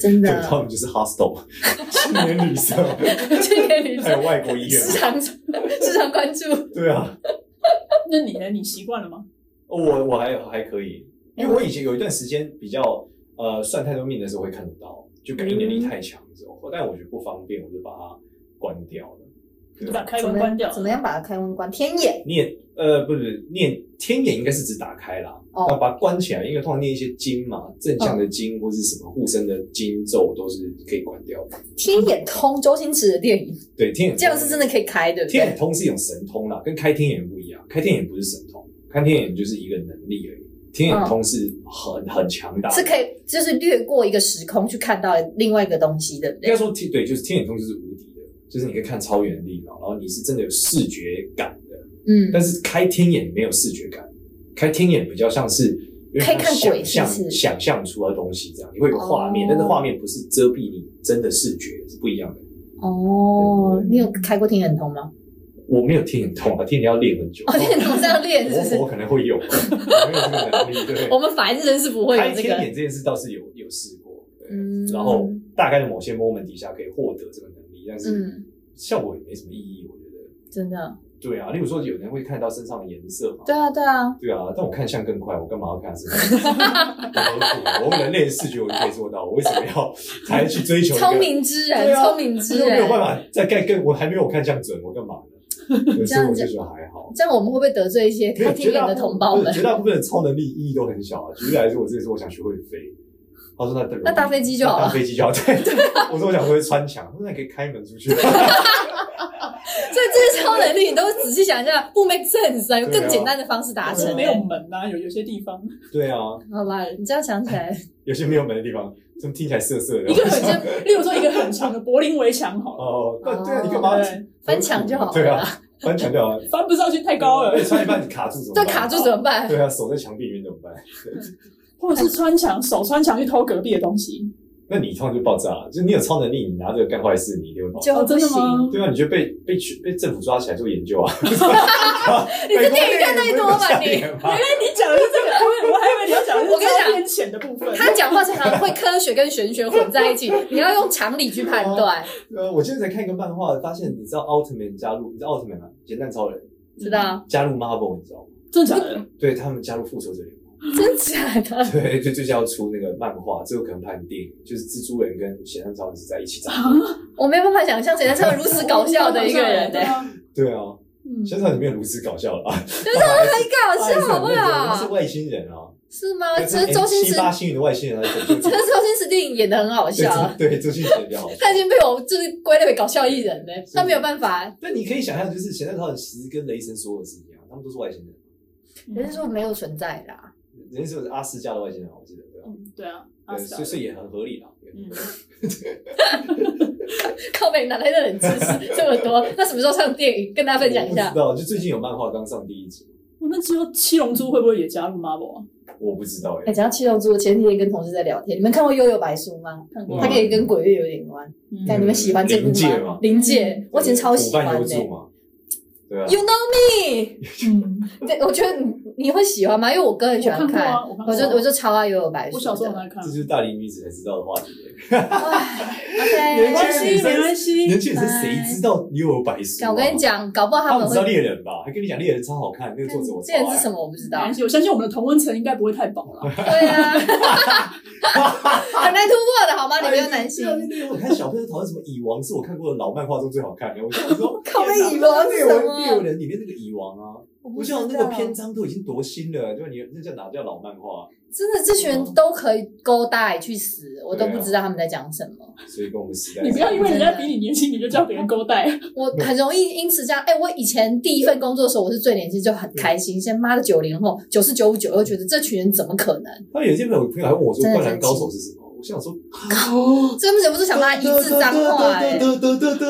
Speaker 1: 真
Speaker 3: 对， 他
Speaker 1: 的，
Speaker 3: 们就是 hostel 青年 旅社，
Speaker 1: 这些 女
Speaker 3: 还有
Speaker 1: 生
Speaker 3: 外国医院嘛。
Speaker 1: 时常 时常关注，
Speaker 3: 对啊，
Speaker 2: 那你呢？你习惯了吗？
Speaker 3: 哦我我还还可以，因为
Speaker 1: 嗯
Speaker 3: 我以前有一段时间比较呃算太多命的时候会
Speaker 1: 嗯
Speaker 3: 看得到，就感应能力太强的时候，但我觉得不方便，我就把它关掉了。
Speaker 2: 你就把开
Speaker 1: 怎
Speaker 2: 关
Speaker 1: 么
Speaker 2: 关掉。
Speaker 1: 怎么样把它开关关？天眼
Speaker 3: 念呃不是念天眼应该是指打开啦，
Speaker 1: 哦嗯
Speaker 3: 要把它关起来，因为通常念一些经嘛，正向的经或是什么护身的经咒都是可以关掉的。
Speaker 1: 天眼通，周星驰的电影，
Speaker 3: 对，天眼
Speaker 1: 这样是真的可以开，对不
Speaker 3: 天眼
Speaker 1: 对？
Speaker 3: 通是一种神通啦，跟开天眼不一样，开天眼不是神通，开天眼就是一个能力而已。天眼通是很、很强大的，
Speaker 1: 嗯是可以，就是略过一个时空去看到另外一个东西，对不
Speaker 3: 应
Speaker 1: 对？
Speaker 3: 该说天对，就是天眼通就是无敌的，就是你可以看超远的地方，然后你是真的有视觉感的。
Speaker 1: 嗯，
Speaker 3: 但是开天眼没有视觉感，开天眼比较像是有点
Speaker 1: 可以看
Speaker 3: 像
Speaker 1: 鬼
Speaker 3: 想
Speaker 1: 是不是
Speaker 3: 象想象出来的东西，这样你会有画面，
Speaker 1: 哦
Speaker 3: 但是画面不是遮蔽你真的视觉是不一样的。
Speaker 1: 哦，你有开过天眼通吗？
Speaker 3: 我没有天眼通啊，天眼要练很久，
Speaker 1: 哦，天眼通是要练，是不
Speaker 3: 我
Speaker 1: 是
Speaker 3: 我？可能会有，我 没有这个能力。对，
Speaker 1: 我们法医真是不会
Speaker 3: 开
Speaker 1: 有这
Speaker 3: 天
Speaker 1: 个。
Speaker 3: 眼这件事倒是有有试过，对
Speaker 1: 嗯
Speaker 3: 然后大概的某些 moment 底下可以获得这个能力，但是
Speaker 1: 嗯，
Speaker 3: 效果也没什么意义，我觉得。
Speaker 1: 真的，
Speaker 3: 对啊，例如说有人会看到身上的颜色嘛，
Speaker 1: 对啊，对啊，
Speaker 3: 对啊，但我看相更快，我干嘛要看他身上？我何苦啊 我人类的视觉我就可以做到，我为什么要还去追求一个
Speaker 1: 聪？明之
Speaker 3: 对
Speaker 1: 人，
Speaker 3: 啊
Speaker 1: 聪明
Speaker 3: 这
Speaker 1: 之
Speaker 3: 又没有
Speaker 1: 人。
Speaker 3: 办法再盖更，我还没有我看相准，我干嘛 呢？对所以我就觉得还好。
Speaker 1: 这样我们会不会得罪一些
Speaker 3: 没有
Speaker 1: 开
Speaker 3: 绝
Speaker 1: 天眼
Speaker 3: 大
Speaker 1: 的
Speaker 3: 部
Speaker 1: 同胞们
Speaker 3: 对？绝大部分的超能力意义都很小啊。举例来说，我这次我想学会飞，他说那等
Speaker 1: 那搭飞机就好了啊
Speaker 3: 搭飞机就好。对，我说我想会穿墙，他说那你可以开门出去。
Speaker 1: 所以这些超能力，你都仔细想一下，不 make sense 啊，有
Speaker 3: 对
Speaker 1: 更
Speaker 3: 啊
Speaker 1: 简单的方式达
Speaker 2: 就是
Speaker 1: 成。
Speaker 2: 没有门啊，有有些地方
Speaker 3: 对啊，
Speaker 1: 好吧，你这样想起 来，
Speaker 3: 有些没有门的地方，怎么听起来涩涩的
Speaker 2: 一？个很像，例如说一个很长的柏林围墙好了，
Speaker 3: 哦，对对啊，你干嘛
Speaker 2: 对，
Speaker 1: 翻墙就好了
Speaker 3: 对啊，翻墙就好了。
Speaker 2: 翻不上去太 高了
Speaker 3: 而，且穿一半卡住怎么
Speaker 1: 这
Speaker 3: 办？
Speaker 1: 卡住怎么办？
Speaker 3: 对啊，手在墙壁里面怎么办？
Speaker 2: 或者是穿墙手穿墙去偷隔壁的东西，
Speaker 3: 那你通常就爆炸了，就是你有超能力，你拿这个干坏事，你一定会爆炸。
Speaker 1: 就
Speaker 2: 哦
Speaker 1: 不
Speaker 2: 真的
Speaker 1: 行。
Speaker 2: 吗
Speaker 3: 对啊，你就被被去被政府抓起来做研究 啊！
Speaker 1: 你是电影看太多吧
Speaker 3: 美国电
Speaker 1: 你
Speaker 3: 影不是搞笑点吗
Speaker 2: 你讲的是这个，我我还以为你要讲的是
Speaker 1: 我跟你讲
Speaker 2: 超天谴的部分。
Speaker 1: 他讲话常常会科学跟玄学混在一 起，你要用常理去判断，
Speaker 3: 呃，我今天才看一个漫画，发现你知道奥特曼加入，你知道奥特曼吗？咸蛋超人
Speaker 1: 知道？
Speaker 3: 加入 Marvel，你知道吗？
Speaker 2: 真的假的？
Speaker 3: 对他们加入复仇者联 盟，
Speaker 1: 真假的？
Speaker 3: 对，就就是要出那个漫画，最后可能拍成电影，就是蜘蛛人跟咸蛋超人是在一起 长大。
Speaker 1: 我没有办法想象谁在这么如此搞笑的一个
Speaker 3: 哦
Speaker 1: 人呢、
Speaker 2: 对啊
Speaker 3: 对啊，
Speaker 2: 嗯
Speaker 3: 咸蛋超人没有如此搞笑了啊，
Speaker 1: 很搞笑啊好不
Speaker 3: 他是
Speaker 1: 好？
Speaker 3: 外星人啊，
Speaker 1: 是吗？
Speaker 3: 对
Speaker 1: 只是周星
Speaker 3: 七
Speaker 1: 驰，
Speaker 3: 八星人的外星人来 拯救
Speaker 1: 只是周星驰电影演的很好笑啊，
Speaker 3: 对，周星驰比较好笑。
Speaker 1: 他已经被我就是归类为搞笑艺人呢、他没有办法。
Speaker 3: 但你可以想象，就是咸蛋超人其实跟雷神索尔是一样，他们都是外星人。
Speaker 1: 人家
Speaker 2: 嗯
Speaker 1: 说没有存在啦，
Speaker 3: 雷神索尔是阿斯加的外星人，我记得对吧？
Speaker 2: 嗯对啊，阿
Speaker 3: 对，
Speaker 2: 斯
Speaker 3: 所以
Speaker 2: 加
Speaker 3: 所以也很合理啦。
Speaker 2: 嗯，
Speaker 1: 靠北哪来的冷知识这么多？ 那什么时候上电影？跟大家分享一
Speaker 3: 我
Speaker 1: 下
Speaker 3: 不知。道，就最近有漫画刚上第一集，
Speaker 2: 哦那只有七龙珠会不会也加入 Marvel 啊？
Speaker 3: 我不知道
Speaker 1: 哎、
Speaker 3: 哎。
Speaker 1: 讲到七龙珠，前几天跟同事在聊天，你们看过《幽游白书》吗？
Speaker 2: 看
Speaker 3: 过
Speaker 2: 过
Speaker 3: 嗯
Speaker 1: 它可以跟鬼月有点关，
Speaker 2: 嗯
Speaker 1: 但你们喜欢这部
Speaker 3: 灵界
Speaker 1: 吗
Speaker 3: 吗？
Speaker 1: 灵界，我以前超喜欢的、
Speaker 3: 虎斑游助嘛，对啊，
Speaker 1: You know me，
Speaker 2: 嗯，
Speaker 1: 对，我觉得你你会喜欢吗？因为我哥很喜欢
Speaker 2: 我看过啊我看过
Speaker 1: 我就我就超爱《幽游白书
Speaker 2: 我》小时候很
Speaker 1: 的。
Speaker 2: 爱看啊
Speaker 3: 这，就是大龄女子才知道的话题欸。
Speaker 1: OK，
Speaker 2: 没关系，没关系，
Speaker 3: 年轻人谁知道幽游白书啊？
Speaker 1: 我跟你讲，搞不好
Speaker 3: 他
Speaker 1: 他
Speaker 3: 们
Speaker 1: 们
Speaker 3: 知道
Speaker 1: 会。
Speaker 3: 猎人吧？还跟你讲猎人超好看，那个作者我
Speaker 1: 之
Speaker 3: 超爱啊
Speaker 1: 前是什么我不知
Speaker 2: 没
Speaker 1: 道
Speaker 2: 关。系，我相信我们的同温层应该不会太 薄了。
Speaker 1: 对啊，很难突破的好吗？你不要担心
Speaker 3: 对。啊对啊对啊我看小朋友讨论什么蚁王，是我看过的老漫画中最好看的。我想说，
Speaker 1: 靠
Speaker 3: 天哪
Speaker 1: 那蚁王是
Speaker 3: 猎
Speaker 1: 什
Speaker 3: 人
Speaker 1: 么
Speaker 3: 猎人里面那个蚁王啊，我想那个篇章都已经多新了，就你那叫哪叫老漫画？啊
Speaker 1: 真的，这群人都可以勾搭去死，我都不知道他们在讲什么。
Speaker 3: 所以跟我们时代是，
Speaker 2: 你不要因为人家比你年轻，你就叫别人勾带。
Speaker 1: 我很容易因此这样。哎、我以前第一份工作的时候，我是最年轻，就
Speaker 3: 嗯
Speaker 1: 很开心。现在妈的九零后、九四九五九又觉得这群人怎么可能？
Speaker 3: 他有些朋友朋友还问我说
Speaker 1: 真
Speaker 3: 《
Speaker 1: 的
Speaker 3: 灌篮高手》是什么，我想说啊
Speaker 1: 这不忍不住想骂一字脏话、哎，
Speaker 3: 得得得得，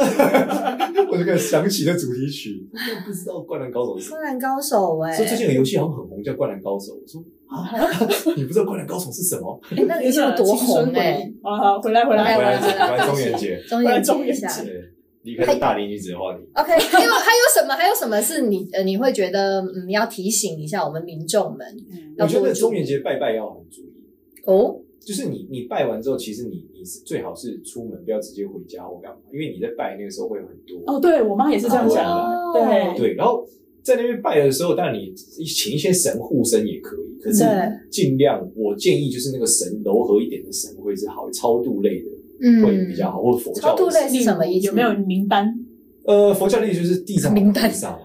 Speaker 3: 我就开始想起那主题曲，我真的不知道《灌篮高手》是什么。
Speaker 1: 灌篮高手、哎、
Speaker 3: 所以最近有游戏好像很红，叫《灌篮高手》。我说啊， 你不知道《灌篮高手》是什么？
Speaker 1: 哎那 个以前有多红哎、
Speaker 2: 好好，回来回来
Speaker 1: 哎
Speaker 3: 回
Speaker 1: 我来
Speaker 3: 来回
Speaker 1: 我
Speaker 3: 来
Speaker 1: 来
Speaker 3: 中元节，
Speaker 1: 中间接一下。
Speaker 3: 对，离开这大龄女子的话题。
Speaker 1: OK，还有还有什么？还有什么是你呃你会觉得嗯要提醒一下我们民众们
Speaker 3: 我觉得中元节拜拜要很注意，
Speaker 1: 哦？
Speaker 3: 就是你你拜完之后，其实你你是最好是出门，不要直接回家或干嘛，因为你在拜那个时候会有很多。
Speaker 2: 哦，对我妈也是这样讲的。
Speaker 1: 哦
Speaker 2: 对
Speaker 3: 对，然后在那边拜的时候，当然你请一些神护身也可以，可是
Speaker 1: 对
Speaker 3: 尽量我建议就是那个神柔和一点的神会是好，超度类的
Speaker 1: 嗯，
Speaker 3: 会比较好，或佛
Speaker 1: 超
Speaker 3: 教
Speaker 1: 度
Speaker 3: 的
Speaker 1: 类
Speaker 3: 神
Speaker 1: 是什么意思？
Speaker 2: 有没有名单？
Speaker 3: 呃，佛教例就是地藏
Speaker 1: 明
Speaker 3: 王菩
Speaker 1: 白
Speaker 3: 萨嘛，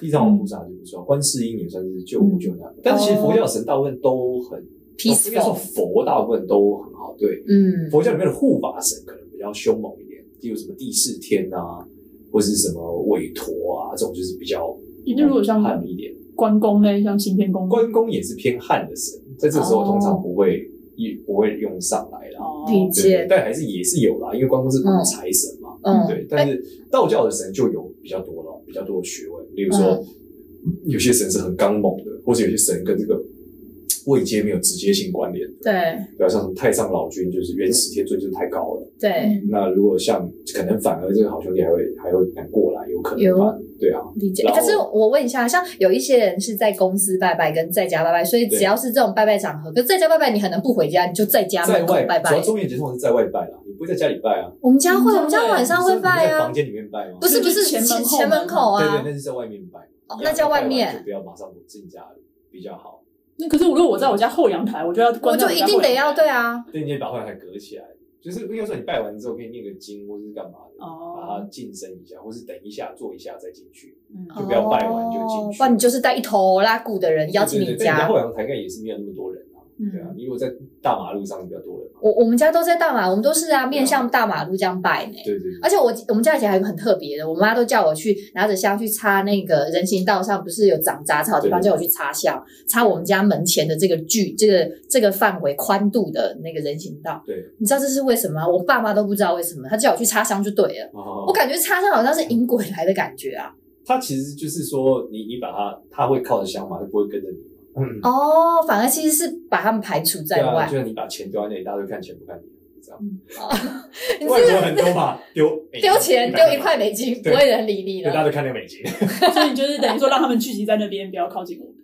Speaker 3: 地藏王菩萨就不说，观世音也算是救苦救难
Speaker 1: 嗯
Speaker 3: 的。但是其
Speaker 1: 哦
Speaker 3: 实佛教神大部分都很哦应该说
Speaker 1: peaceful，
Speaker 3: 佛大部分都很好。对，
Speaker 1: 嗯，
Speaker 3: 佛教里面的护法神可能比较凶猛一点，例如什么第四天啊，或是什么韦陀啊，这种就是比较
Speaker 2: 也就如果像
Speaker 3: 汉一点。
Speaker 2: 关公呢，像行天宫，
Speaker 3: 关公也是偏汉的神，在这个时候通常不会也不会用上来啦。
Speaker 2: 哦
Speaker 1: 理
Speaker 3: 对对
Speaker 1: 解，
Speaker 3: 但还是也是有啦，因为关公是五财神嘛。
Speaker 1: 嗯，
Speaker 3: 对，但是道教的神就有比较多了，比较多的学问。例如说，有些神是很刚猛的，或者有些神跟这个位阶没有直接性关联的。
Speaker 1: 对
Speaker 3: 对啊，像什么太上老君，就是元始天尊，就是太高了。
Speaker 1: 对，
Speaker 3: 那如果像可能反而这个好兄弟还会还会难过来，有可
Speaker 1: 有
Speaker 3: 能吧？对啊，
Speaker 1: 理解。
Speaker 3: 然后
Speaker 1: 可是我问一下，像有一些人是在公司拜拜跟在家拜拜，所以
Speaker 3: 对
Speaker 1: 只要是这种拜拜场合，可是在家拜拜你很难不回家，你就在家
Speaker 3: 在
Speaker 1: 门口
Speaker 3: 外
Speaker 1: 拜
Speaker 3: 主
Speaker 1: 拜
Speaker 3: 要。中元节通常是在外拜啦，你不会在家里拜啊？
Speaker 1: 我们家会，我们家
Speaker 2: 中
Speaker 1: 晚上
Speaker 3: 你是
Speaker 1: 会拜
Speaker 3: 你在
Speaker 1: 啊
Speaker 3: 房，间里面拜吗？
Speaker 1: 不是不是
Speaker 2: 就是前门后
Speaker 1: 前门
Speaker 2: 门
Speaker 1: 口
Speaker 3: 对
Speaker 1: 啊
Speaker 3: 对，，那是在外面拜。
Speaker 1: 哦
Speaker 3: 一样
Speaker 1: 那叫外面
Speaker 3: 拜完就不要马上进家里比较好。
Speaker 2: 那可是如果我在我家后阳台，我就要
Speaker 1: 我
Speaker 2: 关在
Speaker 1: 就
Speaker 2: 我
Speaker 1: 一
Speaker 2: 家后
Speaker 1: 定得
Speaker 2: 阳
Speaker 1: 要
Speaker 2: 台
Speaker 1: 对啊，
Speaker 3: 对，你先把后台隔起来，就是应该说你拜完之后可以念个经或是干嘛的，把它
Speaker 2: 哦，
Speaker 3: 晋升一下，或是等一下做一下再进去。
Speaker 2: 嗯
Speaker 3: 就不要拜完就进
Speaker 1: 哦
Speaker 3: 去
Speaker 1: 不然你就是带一头拉骨的人邀请
Speaker 3: 对
Speaker 1: 你
Speaker 3: 对对但
Speaker 1: 家
Speaker 3: 后。阳台应该也是没有那么多人啊。对啊，
Speaker 2: 嗯，
Speaker 3: 你如果在大马路上比较多人嘛。
Speaker 1: 我我们家都在大马，我们都是啊，面向大马路这样拜呢。
Speaker 3: 对对对。
Speaker 1: 而且我我们家以前还有一个很特别的，我妈都叫我去拿着香去擦那个人行道上，不是有长杂草的地方，
Speaker 3: 对
Speaker 1: 叫我去擦香，擦我们家门前的这个距，这个这个范围宽度的那个人行道。
Speaker 3: 对，
Speaker 1: 你知道这是为什么吗？我爸妈都不知道为什么，他叫我去擦香就对了。
Speaker 3: 哦
Speaker 1: 我感觉擦香好像是引鬼来的感觉啊！
Speaker 3: 它其实就是说，你你把它，它会靠着香嘛，它不会跟着你嘛。嗯，
Speaker 1: 哦，反而其实是把他们排除
Speaker 3: 对
Speaker 1: 在
Speaker 3: 啊，
Speaker 1: 外哦
Speaker 3: 就。像你把钱丢在那里，大家都看钱不看你，这样。
Speaker 1: 你
Speaker 3: 外
Speaker 1: 这个
Speaker 3: 国很多嘛，丢
Speaker 1: 丢钱丢一，块美金，啊不
Speaker 3: 对
Speaker 1: 会有人理你
Speaker 3: 哎对，大家
Speaker 1: 了。
Speaker 3: 都看那个美金。
Speaker 2: 所以就是等于说让他们聚集在那边，不要靠近我们。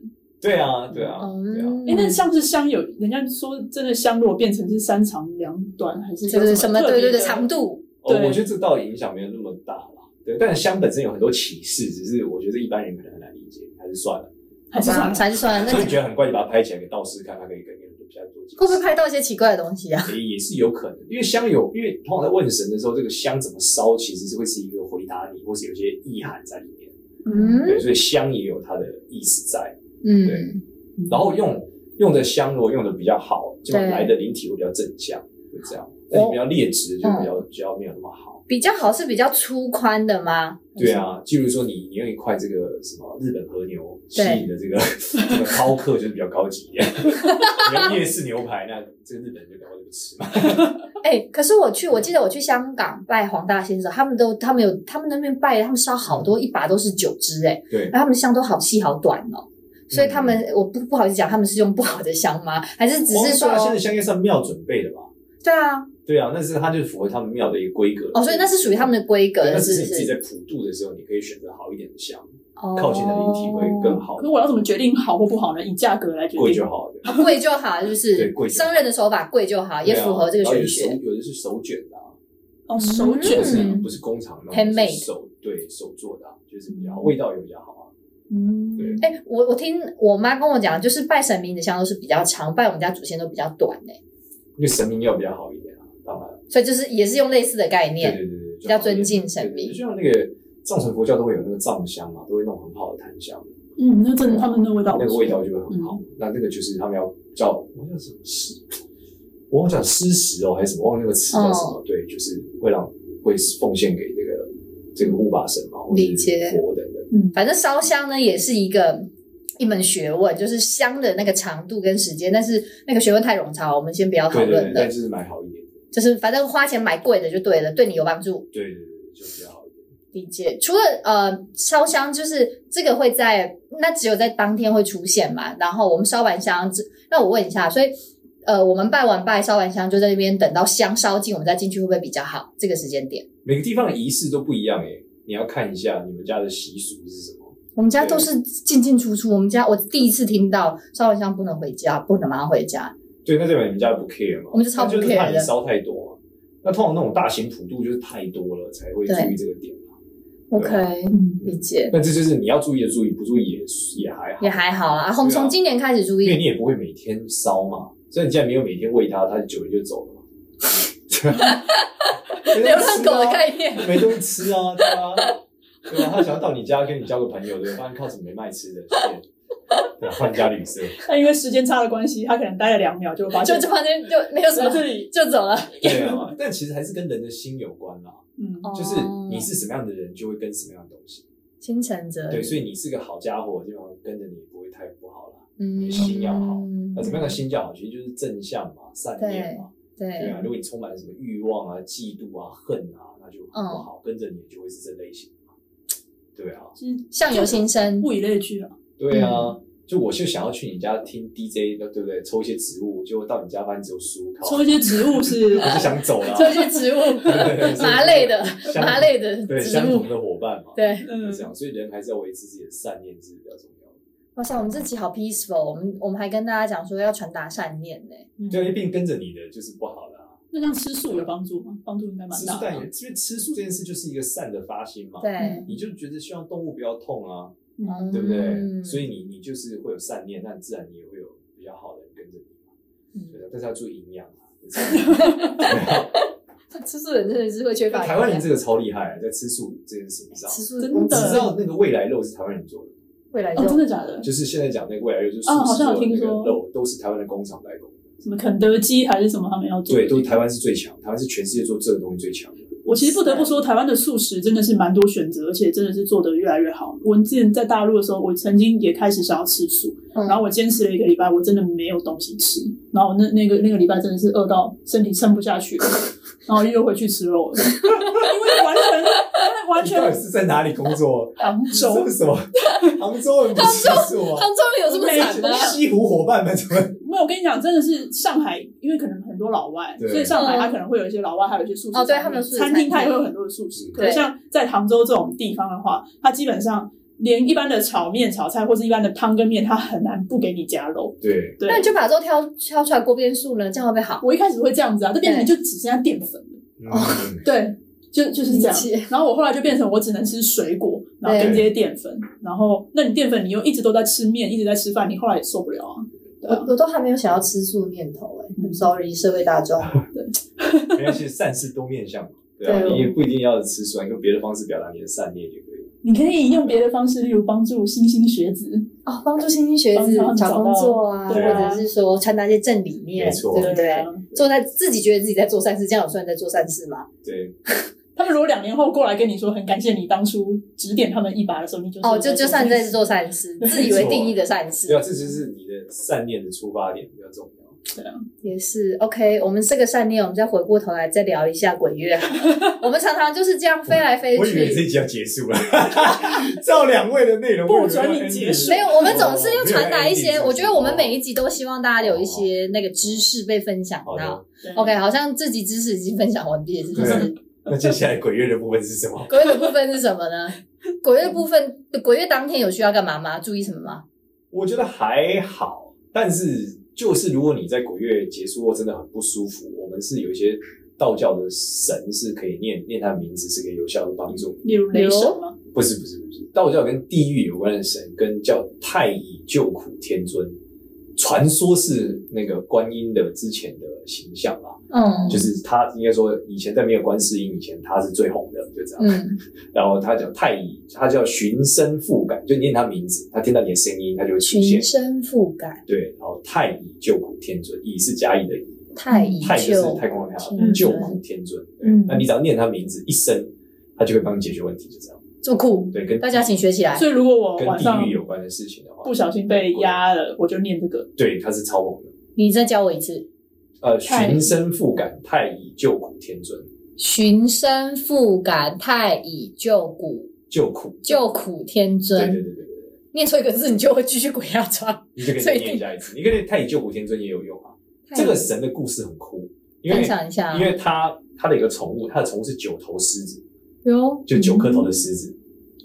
Speaker 3: 对啊，对啊，对啊。
Speaker 1: 嗯
Speaker 2: 哎、那像是香有，人家说真的香，如果变成是三长两短，还是有
Speaker 1: 就是什么
Speaker 2: 特
Speaker 1: 对
Speaker 2: 别
Speaker 1: 对
Speaker 2: 的
Speaker 1: 对长度，
Speaker 3: 哦，
Speaker 2: 对
Speaker 3: 我觉得这倒影响没有那么大啦。对，但香本身有很多启示，只是我觉得一般人可能很难理解，还是算了。
Speaker 2: 还是
Speaker 1: 吧
Speaker 2: 长
Speaker 1: 才算 那
Speaker 3: 所
Speaker 1: 个
Speaker 3: 以觉得很怪，你把它拍起来给道士看，他可以给你很多比较多解
Speaker 1: 会不会
Speaker 3: 释。
Speaker 1: 拍到一些奇怪的东西啊？
Speaker 3: 也也是有可能，因为香有，因为通常在问神的时候，这个香怎么烧，其实是会是一个回答你，或是有一些意涵在里面。
Speaker 1: 嗯
Speaker 3: 对，所以香也有它的意思在。对
Speaker 1: 嗯，
Speaker 3: 然后用用的香，如果用的比较好，就
Speaker 1: 对哦
Speaker 3: 来的灵体会比较正向，会这样。但你比较劣质，就比较
Speaker 1: 嗯
Speaker 3: 比较没有那么好。
Speaker 1: 比较好是比较粗宽的吗？
Speaker 3: 对，啊，就如说你你用一块这个什么日本和牛吸引的 这个这个饕客，就是比较高级一点。你要夜市牛排，那这个日本人就搞不吃嘛。
Speaker 1: 哎、可是我去，我记得我去香港拜黄大仙的时候，他们都他们有他们那边拜，他们烧好多一把都是九支哎、
Speaker 3: 对嗯
Speaker 1: 然后他们香都好细好短哦、所以他们、我不不好意思讲，他们是用不好的香吗？还是只是说、
Speaker 3: 哦对啊，现在香应该算庙准备的吧？
Speaker 1: 对啊
Speaker 3: 对啊，那是它就符合他们庙的一个规格
Speaker 1: 哦，所以那是属于他们的规格
Speaker 3: 对
Speaker 1: 的，
Speaker 3: 但
Speaker 1: 是
Speaker 3: 是
Speaker 1: 不
Speaker 3: 你自己
Speaker 1: 是？
Speaker 3: 在普渡的时候，你可以选择好一点的香，
Speaker 1: 哦
Speaker 3: 靠近的灵体会更好
Speaker 2: 可，是我要怎么决定好或不好呢？以价格来决定。
Speaker 3: 贵就好了。
Speaker 1: 啊贵就好，是不是？
Speaker 3: 对贵就好
Speaker 1: 商人的手法贵就好，也符合这个
Speaker 3: 对啊然后
Speaker 1: 玄
Speaker 3: 有的手
Speaker 1: 学。
Speaker 3: 有的是手卷的啊，
Speaker 2: 哦，手
Speaker 3: 不
Speaker 2: 卷。
Speaker 3: 是
Speaker 1: 嗯
Speaker 3: 不是工厂那种
Speaker 1: Handmade
Speaker 3: 是手对手做的啊，就是比较
Speaker 2: 嗯
Speaker 3: 味道也比较好啊。
Speaker 2: 嗯
Speaker 3: 对
Speaker 1: 哎、我我听我妈跟我讲，就是拜神明的香都是比较长，拜我们家祖先都比较短哎、
Speaker 3: 因为神明要比较好一点啊，当然，
Speaker 1: 所以就是也是用类似的概
Speaker 3: 对
Speaker 1: 念。
Speaker 3: 对对对，
Speaker 1: 比较尊敬神明
Speaker 3: 对对对就像那个藏传佛教都会有那个藏香嘛，都会弄很好的檀香，
Speaker 2: 嗯，那真的他们那味道不
Speaker 3: 那
Speaker 2: 错，
Speaker 3: 个味道就会很
Speaker 1: 嗯
Speaker 3: 好。那那个就是他们要叫我叫什么诗，我忘讲诗食哦还是什么，忘了那个词叫什
Speaker 1: 哦
Speaker 3: 么，对，就是会让会奉献给这个这个护法神嘛，或者
Speaker 1: 理解
Speaker 3: 是佛等等。
Speaker 1: 反正烧香呢也是一个一门学问，就是香的那个长度跟时间，但是那个学问太冗长，我们先不要讨
Speaker 3: 对对对
Speaker 1: 论，
Speaker 3: 但
Speaker 1: 了。
Speaker 3: 就是买好一点，
Speaker 1: 就是反正花钱买贵的就对了，对你有帮助。
Speaker 3: 对对对对，就比较好一点。
Speaker 1: 理解。除了呃烧香，就是这个会在那只有在当天会出现嘛。然后我们烧完香之，那我问一下，所以呃我们拜完拜烧完香就在那边等到香烧尽，我们再进去会不会比较好？这个时间点，
Speaker 3: 每个地方的仪式都不一样耶，你要看一下你们家的习俗是什么。
Speaker 1: 我们家都是进进出出。我们家我第一次听到烧完香不能回家，不能马上回家。
Speaker 3: 对，那代表你们家不 care 嘛？
Speaker 1: 我们就超不
Speaker 3: 那就是怕
Speaker 1: care
Speaker 3: 你
Speaker 1: 的
Speaker 3: 烧太多嘛。那通常那种大型普渡就是太多了才会注
Speaker 1: 对
Speaker 3: 意这个点嘛。啊
Speaker 1: OK，
Speaker 2: 嗯，
Speaker 1: 理解。
Speaker 3: 那这就是你要注意的注意，不注意也也还好，
Speaker 1: 也还好啦，我们从今年开始注
Speaker 3: 啊因为你
Speaker 1: 意。
Speaker 3: 也不会每天烧嘛。所以你既然没有每天喂它，它久了就 走了嘛。流
Speaker 1: 流浪狗的概念，
Speaker 3: 没东西吃啊，对啊。对啊，他想要到你家跟你交个朋友，对吧？发现靠什么没卖吃的，shit 对啊，换家旅社，
Speaker 2: 但因为时间差的关系，他可能待了两秒就发
Speaker 1: 就
Speaker 2: 现，
Speaker 1: 就发现就没有什么
Speaker 2: 在， 这里，
Speaker 1: 就走了。
Speaker 3: 对啊。但其实还是跟人的心有关
Speaker 1: 哦
Speaker 3: 啦，
Speaker 2: 嗯，
Speaker 3: 就是你是什么样的人，就会跟什么样的东西。
Speaker 1: 心诚哦则
Speaker 3: 对，所以你是个好家伙，基本上跟着你也不会太不好啦。
Speaker 1: 嗯，
Speaker 3: 心要好那怎么样的心较好？其实就是正向嘛，善念嘛，对
Speaker 1: 对
Speaker 3: 啊。，如果你充满了什么欲望啊、嫉妒啊、恨啊，那就很不好，跟着你就会是这类型嘛。对啊，
Speaker 2: 其实
Speaker 1: 相由心 生。
Speaker 2: 物以类聚啊，
Speaker 3: 对啊，就我就想要去你家听 DJ，对不对？抽一些植物，结果到你家发现只有书，靠，
Speaker 2: 抽一些植物是
Speaker 3: 我就想走了啊
Speaker 1: 这。些植物， 麻类的，
Speaker 3: 相
Speaker 1: 麻类的
Speaker 3: 对
Speaker 1: 植
Speaker 3: 相
Speaker 1: 物
Speaker 3: 同，的伙伴嘛，
Speaker 1: 对。
Speaker 2: 嗯
Speaker 3: 就，这样，所以人还是要维持自己的善念是比较重要的。
Speaker 1: 哇塞，我们这集好 peaceful，我们我们还跟大家讲说要传达善念呢。
Speaker 3: 对，一定跟着你的就是不好啦。
Speaker 2: 那像吃素有帮助吗？帮助应该蛮
Speaker 3: 吃
Speaker 2: 大
Speaker 3: 素
Speaker 2: 的
Speaker 3: 但也因为吃素这件事就是一个善的发心嘛，
Speaker 1: 对
Speaker 2: 嗯，
Speaker 3: 你就觉得希望动物不要痛啊，
Speaker 2: 嗯
Speaker 3: 对不对？所
Speaker 1: 以
Speaker 3: 以你你就是会有善念，那自然你也会有比较好的人跟着你嘛。
Speaker 1: 嗯
Speaker 3: 对的，但是要注意营养啊。
Speaker 1: 吃素人真的是会缺乏
Speaker 3: 台湾人这个超厉害，啊在吃素这件事情上，
Speaker 1: 吃素
Speaker 2: 真
Speaker 1: 我
Speaker 3: 只
Speaker 2: 的
Speaker 3: 知道那个未来肉是台湾人做的，
Speaker 1: 未来
Speaker 2: 哦，真
Speaker 1: 就
Speaker 2: 的假的？
Speaker 3: 就是现在讲那个未来肉，就是
Speaker 2: 哦好
Speaker 3: 素食
Speaker 2: 像有
Speaker 3: 肉的那
Speaker 2: 听
Speaker 3: 个
Speaker 2: 说
Speaker 3: 肉都是台湾的工厂代工的，
Speaker 2: 什么肯德基还是什么他们要做？
Speaker 3: 对，都是台湾是最强，台湾是全世界做这个东西最强的。
Speaker 2: 我其实不得不说，台湾的素食真的是蛮多选择，而且真的是做得越来越好。我之前在大陆的时候，我曾经也开始想要吃素，
Speaker 1: 嗯
Speaker 2: 然后我坚持了一个礼拜，我真的没有东西吃，然后我那那个那个礼拜真的是饿到身体撑不下去了，然后又回去吃肉了， 因为完全完
Speaker 3: 你到底
Speaker 2: 全
Speaker 3: 是在哪里工 作？
Speaker 2: 杭
Speaker 3: 这
Speaker 2: 州
Speaker 3: 是什么？杭州人不吃素啊？
Speaker 1: 杭州人有这么惨吗？
Speaker 3: 西湖伙伴们怎么？
Speaker 2: 没有，我跟你讲，真的是上海，因为可能很多老外，
Speaker 3: 对
Speaker 2: 所以上海它可能会有一些老外，还有一些素食
Speaker 1: 哦对
Speaker 2: 餐
Speaker 1: 他们有
Speaker 2: 厅
Speaker 1: 素食嗯
Speaker 2: 餐
Speaker 1: 餐
Speaker 2: 厅
Speaker 1: 厅
Speaker 2: 它也会有很多的素食。可
Speaker 1: 对
Speaker 2: 是像在杭州这种地方的话，它基本上连一般的炒面、炒菜或是一般的汤跟面，它很难不给你加肉。
Speaker 3: 对，
Speaker 2: 对
Speaker 1: 那，你就把肉挑挑出来锅边素呢，这样会不会好？
Speaker 2: 我一开始会这样子啊，这变成就只剩下淀粉了。
Speaker 1: 哦
Speaker 3: 嗯
Speaker 2: 对，就就是这样
Speaker 1: 理解。
Speaker 2: 然后我后来就变成我只能吃水果，然后
Speaker 1: 对
Speaker 2: 跟这些淀粉。然后，那你淀粉你又一直都在吃面，一直在吃饭，你后来也受不了啊。对啊
Speaker 1: 我我都还没有想要吃素念头哎、很 sorry 社会大众。
Speaker 3: 没有，其实善事多面向嘛，对啊，
Speaker 1: 对
Speaker 3: 你也
Speaker 2: 哦
Speaker 3: 不一定要吃素，你用别的方式表达你的善念也可以。
Speaker 2: 你可以用别的方式，例如帮助新兴学子。
Speaker 1: 哦，帮助新兴学子
Speaker 2: 帮他们
Speaker 1: 找工作啊，
Speaker 2: 找到对啊
Speaker 1: 或者是说传达一些正理念，
Speaker 3: 没错
Speaker 1: 对不对
Speaker 2: 啊？
Speaker 1: 做在自己觉得自己在做善事，这样有算在做善事吗？
Speaker 3: 对，
Speaker 2: 他们如果两年后过来跟你说很感谢你当初指点他们一把的时候，你就
Speaker 1: 哦，就就算在
Speaker 2: 做
Speaker 1: 做善 事，
Speaker 2: 对
Speaker 1: 自以为定义的善事
Speaker 3: 对啊，这就是你的善念的出发点比较重要。
Speaker 1: 也是 OK。我们这个善念，我们再回过头来再聊一下鬼月好 了。我们常常就是这样飞来飞
Speaker 3: 我以为这
Speaker 1: 去。
Speaker 3: 一集要结束了， 照两位的内容，
Speaker 2: 不
Speaker 3: 我以为要
Speaker 2: 准你结束
Speaker 3: ending
Speaker 1: 没有，我们总是要传达一
Speaker 3: 哦没
Speaker 1: 些。
Speaker 3: 有
Speaker 1: 我觉得我们每一集都希望大家有一些那个知识被分享
Speaker 3: 哦好
Speaker 1: 到
Speaker 3: 的。，
Speaker 1: OK，好像这集知识已经分享完毕了，是不是
Speaker 3: 对？那接下来鬼月的部分是什么？
Speaker 1: 鬼月的部分是什么呢？鬼月的部分，鬼月当天有需要干嘛吗？注意什么吗？
Speaker 3: 我觉得还好，但是就是如果你在鬼月结束后真的很不舒服，我们是有一些道教的神是可以念念他的名字，是可以有效的帮助你。
Speaker 2: 例如雷神吗？
Speaker 3: 不是不是不是，道教跟地狱有关的神，跟叫太乙救苦天尊，传说是那个观音的之前的形象啦，
Speaker 1: 嗯，
Speaker 3: 就是他应该说以前在没有观世音以前，他是最红的，就这样。
Speaker 1: 嗯，
Speaker 3: 然后他叫太乙，他叫寻声复感，就念他名字，他听到你的声音，他就会出现
Speaker 1: 群。生复感，
Speaker 3: 对，然后太乙救苦天尊，乙是甲乙的乙，
Speaker 1: 太乙
Speaker 3: 嗯太就是
Speaker 1: 救
Speaker 3: 太空的太，
Speaker 1: 天
Speaker 3: 救
Speaker 1: 尊
Speaker 3: 苦天尊。
Speaker 1: 嗯
Speaker 3: 那你只要念他名字一声，他就会帮你解决问题，就这样。
Speaker 1: 这么酷，
Speaker 3: 对，跟
Speaker 1: 大家请学起来。
Speaker 2: 所以如果我
Speaker 3: 跟
Speaker 2: 晚上
Speaker 3: 地狱有关的事情的话，
Speaker 2: 不小心被压了，我就念这个。
Speaker 3: 对，他是超猛的。
Speaker 1: 你再教我一次，
Speaker 3: 呃，
Speaker 2: 太乙
Speaker 3: 寻声复感，太乙救苦天尊，
Speaker 1: 群生复感，太乙救苦，
Speaker 3: 救苦。
Speaker 1: 救苦天
Speaker 3: 对对对
Speaker 1: 尊。
Speaker 3: 对对对，
Speaker 1: 念错一个字，你就会继续鬼压床。
Speaker 3: 你就可以
Speaker 1: 所
Speaker 3: 再
Speaker 1: 以
Speaker 3: 念一下一次。你跟太乙救苦天尊也有用啊。 这个神的故事很酷，因
Speaker 1: 分
Speaker 3: 为
Speaker 1: 享一下啊
Speaker 3: 因，为他他的有个宠物，他的宠物是九头狮子，
Speaker 1: 哟，
Speaker 3: 就九颗头的狮子，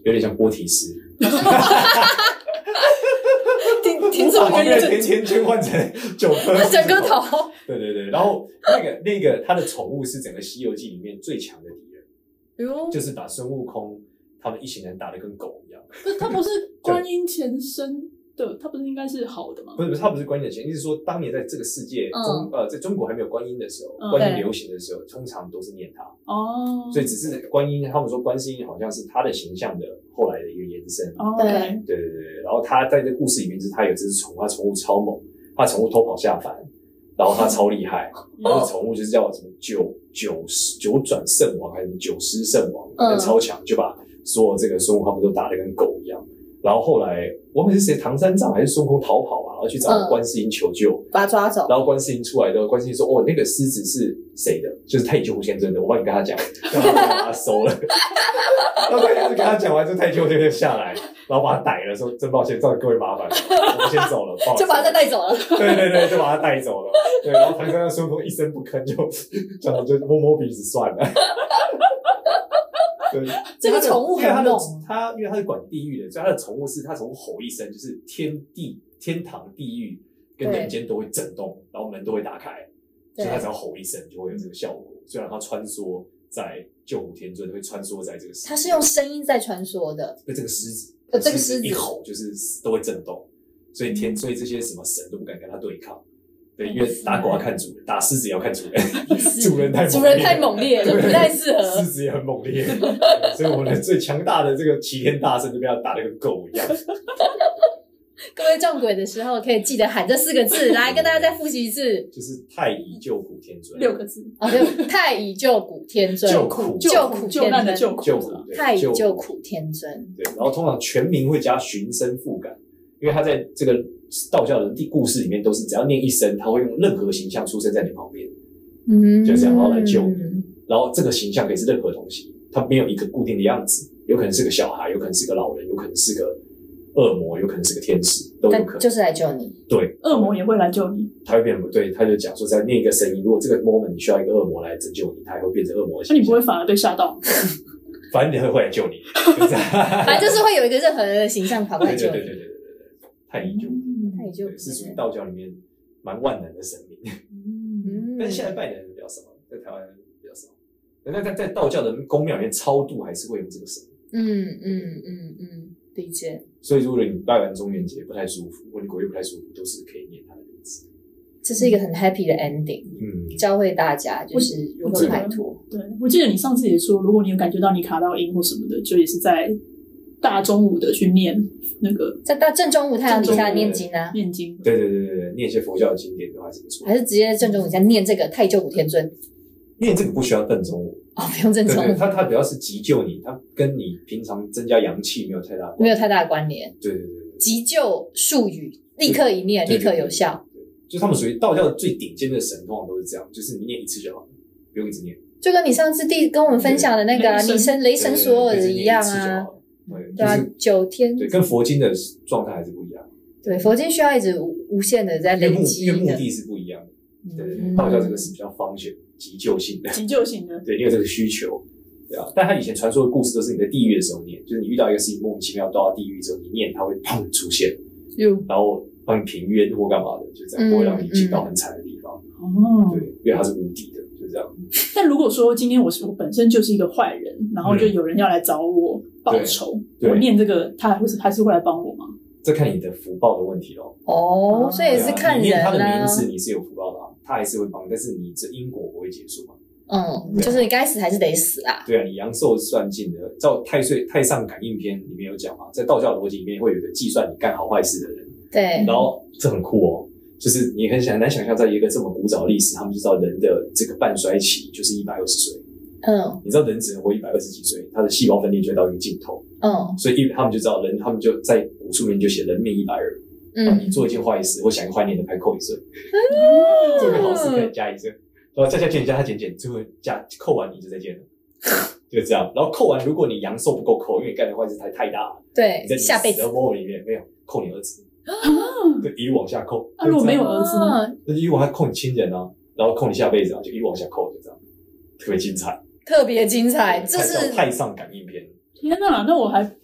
Speaker 3: 有点像波提狮。
Speaker 1: 挺挺怎
Speaker 3: 把
Speaker 1: 么
Speaker 3: 那
Speaker 1: 跟
Speaker 3: 个
Speaker 1: 着
Speaker 3: 甜甜圈换成九颗狮
Speaker 1: 那
Speaker 3: 子
Speaker 1: 整个。头，
Speaker 3: 对对对，然后那个那个他的宠物是整个《西游记》里面最强的敌人，
Speaker 1: 哟，
Speaker 3: 就是把孙悟空他们一行人打得跟狗一样。
Speaker 2: 他不是观音前身，的，它不是应该是好的吗？
Speaker 3: 不是不是，它不是观音的钱，意思是说当年在这个世界
Speaker 1: 嗯
Speaker 3: 中呃，在中国还没有观音的时候，
Speaker 2: 嗯
Speaker 3: 观音
Speaker 4: 对
Speaker 3: 流行的时候，通常都是念它，
Speaker 2: 哦，
Speaker 3: 所以只是观音，他们说观世音好像是他的形象的后来的一个延伸。
Speaker 2: 哦，
Speaker 1: 对
Speaker 3: 对对对对，然后他在这故事里面，就是他有一只宠物，他宠物超猛，他宠物偷跑下凡，然后他超厉害，然
Speaker 1: 嗯
Speaker 3: 后宠物就是叫什么九九十九转圣王还是什么九师圣王，反
Speaker 1: 嗯
Speaker 3: 正超强，就把所有这个孙悟空他们都打得跟狗一样。然后后来我忘记是谁，唐三藏还是孙悟空逃跑嘛，然后去找
Speaker 1: 嗯
Speaker 3: 观世音求救，
Speaker 1: 把他抓走。
Speaker 3: 然后观世音出来的，观世音说：“哦，那个狮子是谁的？就是太乙救苦先生的，我帮你跟他讲。” 然后就把他收了。然后观世音跟他讲完之后，太乙救苦先生下来，然后把他逮了，说：“真抱歉，造成各位麻烦了，我们先走了。不好意思”
Speaker 1: 就把他带走了，
Speaker 3: 对对对，就把他带走了。对，然后唐三藏、孙悟空一声不吭，就这样就摸摸鼻子算了。对，
Speaker 1: 这个宠物
Speaker 3: 因为他
Speaker 1: 很
Speaker 3: 的
Speaker 1: 猛，
Speaker 3: 他因为他是管地狱的，所以他的宠物是他宠物吼一声，就是天地、天堂、地狱跟
Speaker 1: 对
Speaker 3: 人间都会震动，然后门都会打开，所
Speaker 1: 对
Speaker 3: 以他只要吼一声就会有这个效果。虽然他穿梭在救苦天尊，会穿梭在这个世 界，
Speaker 1: 他是用声音在传说的，
Speaker 3: 对这个狮子，
Speaker 1: 呃这个狮子嗯
Speaker 3: 一吼就是都会震动，所以天，所以这些什么神都不敢跟他对抗。
Speaker 1: 哎
Speaker 3: 对，因为打狗要看主人，打狮子也要看主人， 主人太猛烈了
Speaker 1: 啊主人太猛烈了，不太适
Speaker 3: 狮
Speaker 1: 合。
Speaker 3: 子也很猛烈，对所以我们的最强大的这个齐天大圣就被他打得跟狗一样。
Speaker 1: 各位撞鬼的时候，可以记得喊这四个字，来跟大家再复习一次。
Speaker 3: 就是太乙救苦天尊，
Speaker 2: 六个字，
Speaker 1: 哦，对， 太乙救苦天尊，
Speaker 3: 救苦
Speaker 1: 救
Speaker 2: 苦
Speaker 1: 苦
Speaker 2: 救难的
Speaker 1: 天
Speaker 2: 救苦，
Speaker 3: 救
Speaker 2: 是吧
Speaker 3: 苦，对
Speaker 1: 太乙救
Speaker 3: 苦，
Speaker 1: 苦天尊，
Speaker 3: 对。然后通常全名会加寻声复感，因为他在这个道教的故事里面都是只要念一声，他会用任何形象出现在你旁边，
Speaker 1: 嗯，
Speaker 3: 就这样然后来救然后这个形象可以是任何东西，它没有一个固定的样子，有可能是个小孩，有可能是个老人，有可能是个恶魔，有可能是个天使，都有
Speaker 1: 但
Speaker 3: 可能。
Speaker 1: 就是来救你，
Speaker 3: 对，
Speaker 2: 恶魔也会来救你。
Speaker 3: 他会变不对，他就讲说，在念一个声音，如果这个 moment 你需要一个恶魔来拯救你，他也会变成恶魔的
Speaker 2: 那
Speaker 3: 形
Speaker 2: 你
Speaker 3: 象。
Speaker 2: 不会反而被吓到？
Speaker 3: 反正你会会来救你，就这样
Speaker 1: 反正就是会有一个任何人的形象跑过来
Speaker 3: 对
Speaker 1: 救
Speaker 3: 对
Speaker 1: 你
Speaker 3: 对对。对对对对，太乙救苦
Speaker 1: 太乙救苦
Speaker 3: 对是属于道教里面蛮万能的神明，
Speaker 2: 嗯，
Speaker 1: 嗯，
Speaker 3: 但是现在拜的人比较少，在台湾比较少。那在在道教的宫庙里面，超度还是会用这个神，
Speaker 1: 嗯嗯嗯嗯，理解。
Speaker 3: 所以如果你拜完中元节不太舒服，或你鬼月不太舒服，都是可以念他的名字。
Speaker 1: 这是一个很 happy 的 ending，
Speaker 3: 嗯，
Speaker 1: 教会大家就是如何摆脱。
Speaker 2: 对，我记得你上次也说，如果你有感觉到你卡到音或什么的，就也是在大中午的去念那个
Speaker 1: 在大正中午太阳底下念经啊，
Speaker 2: 念经。
Speaker 3: 对对对对对，念一些佛教的经典都还是不错
Speaker 1: 还。是直接正中午底下念这个太乙救苦天尊？
Speaker 3: 念这个不需要瞪中午，
Speaker 1: 哦，不用正
Speaker 3: 对
Speaker 1: 中
Speaker 3: 对，
Speaker 1: 午，
Speaker 3: 它它主要是急救你，它跟你平常增加阳气没有太大关
Speaker 1: 没
Speaker 3: 系。
Speaker 1: 有太大的关联。
Speaker 3: 对对对对。
Speaker 1: 急救术语立刻一念，
Speaker 3: 对
Speaker 1: 立刻有效，
Speaker 3: 就他们属于道教最顶尖的神，通常都是这样，就是你念一次就好了，不用一直念。
Speaker 1: 就跟你上次第跟我们分享的那个啊
Speaker 2: 雷神
Speaker 1: 你神雷神索尔
Speaker 3: 对对对
Speaker 1: 一样
Speaker 3: 就是念一次就
Speaker 1: 啊
Speaker 3: 好，了。对，
Speaker 1: 对啊
Speaker 3: 就是，
Speaker 1: 九天
Speaker 3: 对，跟佛经的状态还是不一样，
Speaker 1: 对佛经需要一直无无限的在
Speaker 3: 因为
Speaker 1: 累
Speaker 3: 目
Speaker 1: 积
Speaker 3: 因为目
Speaker 1: 的，
Speaker 3: 的是不一样的。对对对，
Speaker 1: 嗯
Speaker 3: 道教这个是比较方选、急救性的，
Speaker 2: 急救型的，
Speaker 3: 对，因为这个需求，对啊。但他以前传说的故事都是你在地狱的时候念，就是你遇到一个事情莫名其妙到了地狱之后，你念它会砰出现，
Speaker 1: 有
Speaker 3: 然后帮你平冤或干嘛的，就这样，不
Speaker 1: 嗯
Speaker 3: 会让你进到很惨的地方。
Speaker 2: 哦
Speaker 3: 对，因为它是无敌的，就这样。
Speaker 2: 但如果说今天我是我本身就是一个坏人，然后就有人要来找我报仇，
Speaker 3: 对对
Speaker 2: 我念这个，他还会是还是会来帮我吗？
Speaker 3: 这看你的福报的问题咯。啊
Speaker 1: 哦，所以也是看
Speaker 3: 你念
Speaker 1: 人
Speaker 3: 他的
Speaker 1: 啦
Speaker 3: 名。字，你是有福报的、啊，他还是会帮你，但是你这因果不会结束嘛？
Speaker 1: 嗯，
Speaker 3: 对
Speaker 1: 就是你该死还是得死啊。
Speaker 3: 对啊，你阳寿算尽的，照太岁太上感应篇里面有讲嘛，在道教逻辑里面会有一个计算你干好坏事的人，
Speaker 1: 对
Speaker 3: 然后这很酷哦，就是你很想很难想象，在一个这么古早的历史，他们就知道人的这个半衰期就是一百二十岁，
Speaker 1: 嗯
Speaker 3: 你知道人只能活一百二十几岁，他的细胞分裂就会到一个尽头，
Speaker 1: 嗯
Speaker 3: 所以一他们就知道人，他们就在古书里面就写人命一百二，你
Speaker 1: 嗯，
Speaker 3: 做一件坏事或想一个坏念头，还扣一岁。
Speaker 2: 嗯
Speaker 3: 做个好事可以加一次，然后加加减加加减减，最后加扣完你就再见了，就这样。然后扣完，如果你阳寿不够扣，因为你干的坏事太太大了，
Speaker 1: 对
Speaker 3: 你在，你
Speaker 1: 下辈
Speaker 3: 死的
Speaker 1: 子。
Speaker 3: 窝里面没有扣你儿子，就一路往下扣。
Speaker 2: 啊啊，如果没有儿子呢？
Speaker 1: 嗯，
Speaker 3: 就一路往下扣你亲人啊，然后扣你下辈子啊，就一路往下扣，就这样，特别精彩。
Speaker 1: 特别精彩，这
Speaker 3: 太
Speaker 1: 是
Speaker 3: 上太上感应篇，
Speaker 2: 天哪，那我还不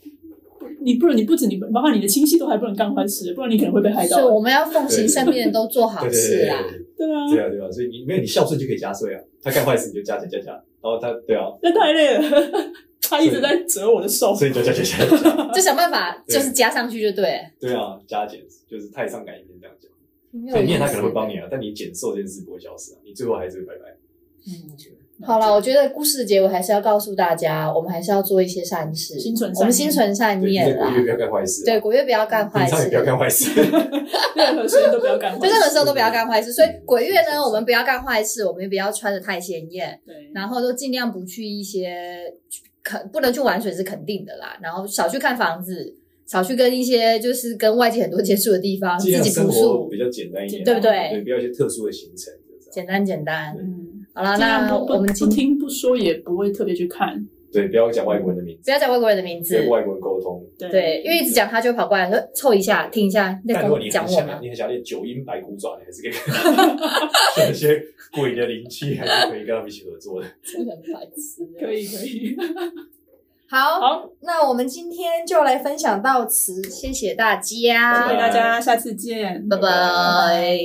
Speaker 2: 你不能，你不止你，包括你的亲戚都还不能干坏事，不然你可能会被害
Speaker 1: 所以
Speaker 2: 到。
Speaker 1: 我们要奉行身边人都做好
Speaker 3: 对对
Speaker 1: 事
Speaker 3: 对
Speaker 1: 啦。
Speaker 3: 对
Speaker 2: 对啊
Speaker 3: 对，对啊对啊，所以你没有你孝顺就可以加税啊，他干坏事你就加减加加，然后他对啊，
Speaker 2: 那太累了。 他一直在折我的手，
Speaker 3: 所以加加加加加，
Speaker 1: 就想办法
Speaker 3: 对
Speaker 1: 就是加上去就对了。
Speaker 3: 对啊，加减就是太上感应这样讲。
Speaker 1: 挺有
Speaker 3: 所以念他
Speaker 1: 意
Speaker 3: 可
Speaker 1: 思
Speaker 3: 能会帮
Speaker 1: 的
Speaker 3: 你啊，但你减瘦这件事不会消失啊，你最后还是会拜拜。
Speaker 2: 嗯
Speaker 1: 好了，我觉得故事的结尾还是要告诉大家，我们还是要做一些善事，
Speaker 2: 心存善念
Speaker 1: 我们心存善
Speaker 3: 对，你在
Speaker 1: 念
Speaker 3: 鬼
Speaker 1: 啦
Speaker 3: 月。不要干坏事啊，
Speaker 1: 对，鬼月不要干坏
Speaker 3: 平常也
Speaker 1: 事，
Speaker 3: 不要干 坏事。
Speaker 2: 任何事情都不要干
Speaker 1: 就
Speaker 2: 坏
Speaker 1: 任何
Speaker 2: 事。
Speaker 1: 时候都不要干坏事。所以鬼月
Speaker 3: 是
Speaker 1: 呢，我们不要干坏事，我们也不要穿的太鲜艳，
Speaker 2: 对，
Speaker 1: 然后都尽量不去一些肯不能去玩水是肯定的啦，然后少去看房子，少去跟一些就是跟外界很多接触的地 方，自
Speaker 3: 尽量
Speaker 1: 己
Speaker 3: 生
Speaker 1: 朴
Speaker 3: 活
Speaker 1: 素，
Speaker 3: 比较简单一点啊，
Speaker 1: 对不对
Speaker 3: 对，不要一些特殊的行程，就这样
Speaker 1: 简单简单。
Speaker 2: 嗯，
Speaker 1: 好啦，
Speaker 2: 尽量
Speaker 1: 那
Speaker 2: 不不
Speaker 1: 我们
Speaker 2: 不
Speaker 1: 今天
Speaker 2: 听不说，也不会特别去看。
Speaker 3: 对，不要讲外国人的名字，
Speaker 1: 不要讲外国人的名字
Speaker 3: 跟，外国人沟通。
Speaker 2: 对
Speaker 1: 对，因为一直讲他就会跑过来说凑一下听一下，在
Speaker 3: 但
Speaker 1: 跟
Speaker 3: 如果
Speaker 1: 我
Speaker 3: 你
Speaker 1: 讲
Speaker 3: 很
Speaker 1: 我
Speaker 3: 想要，
Speaker 1: 吗？
Speaker 3: 你很想练九阴白骨爪，你还是可以 选一些鬼的灵气，还是可以跟他们一起合作的。
Speaker 1: 真的很啊白痴。
Speaker 2: 可以可以，
Speaker 1: 好，
Speaker 2: 好，
Speaker 1: 那我们今天就来分享到此，谢谢大
Speaker 2: 谢
Speaker 1: 家，
Speaker 2: 谢大家，下次见，
Speaker 1: 拜拜。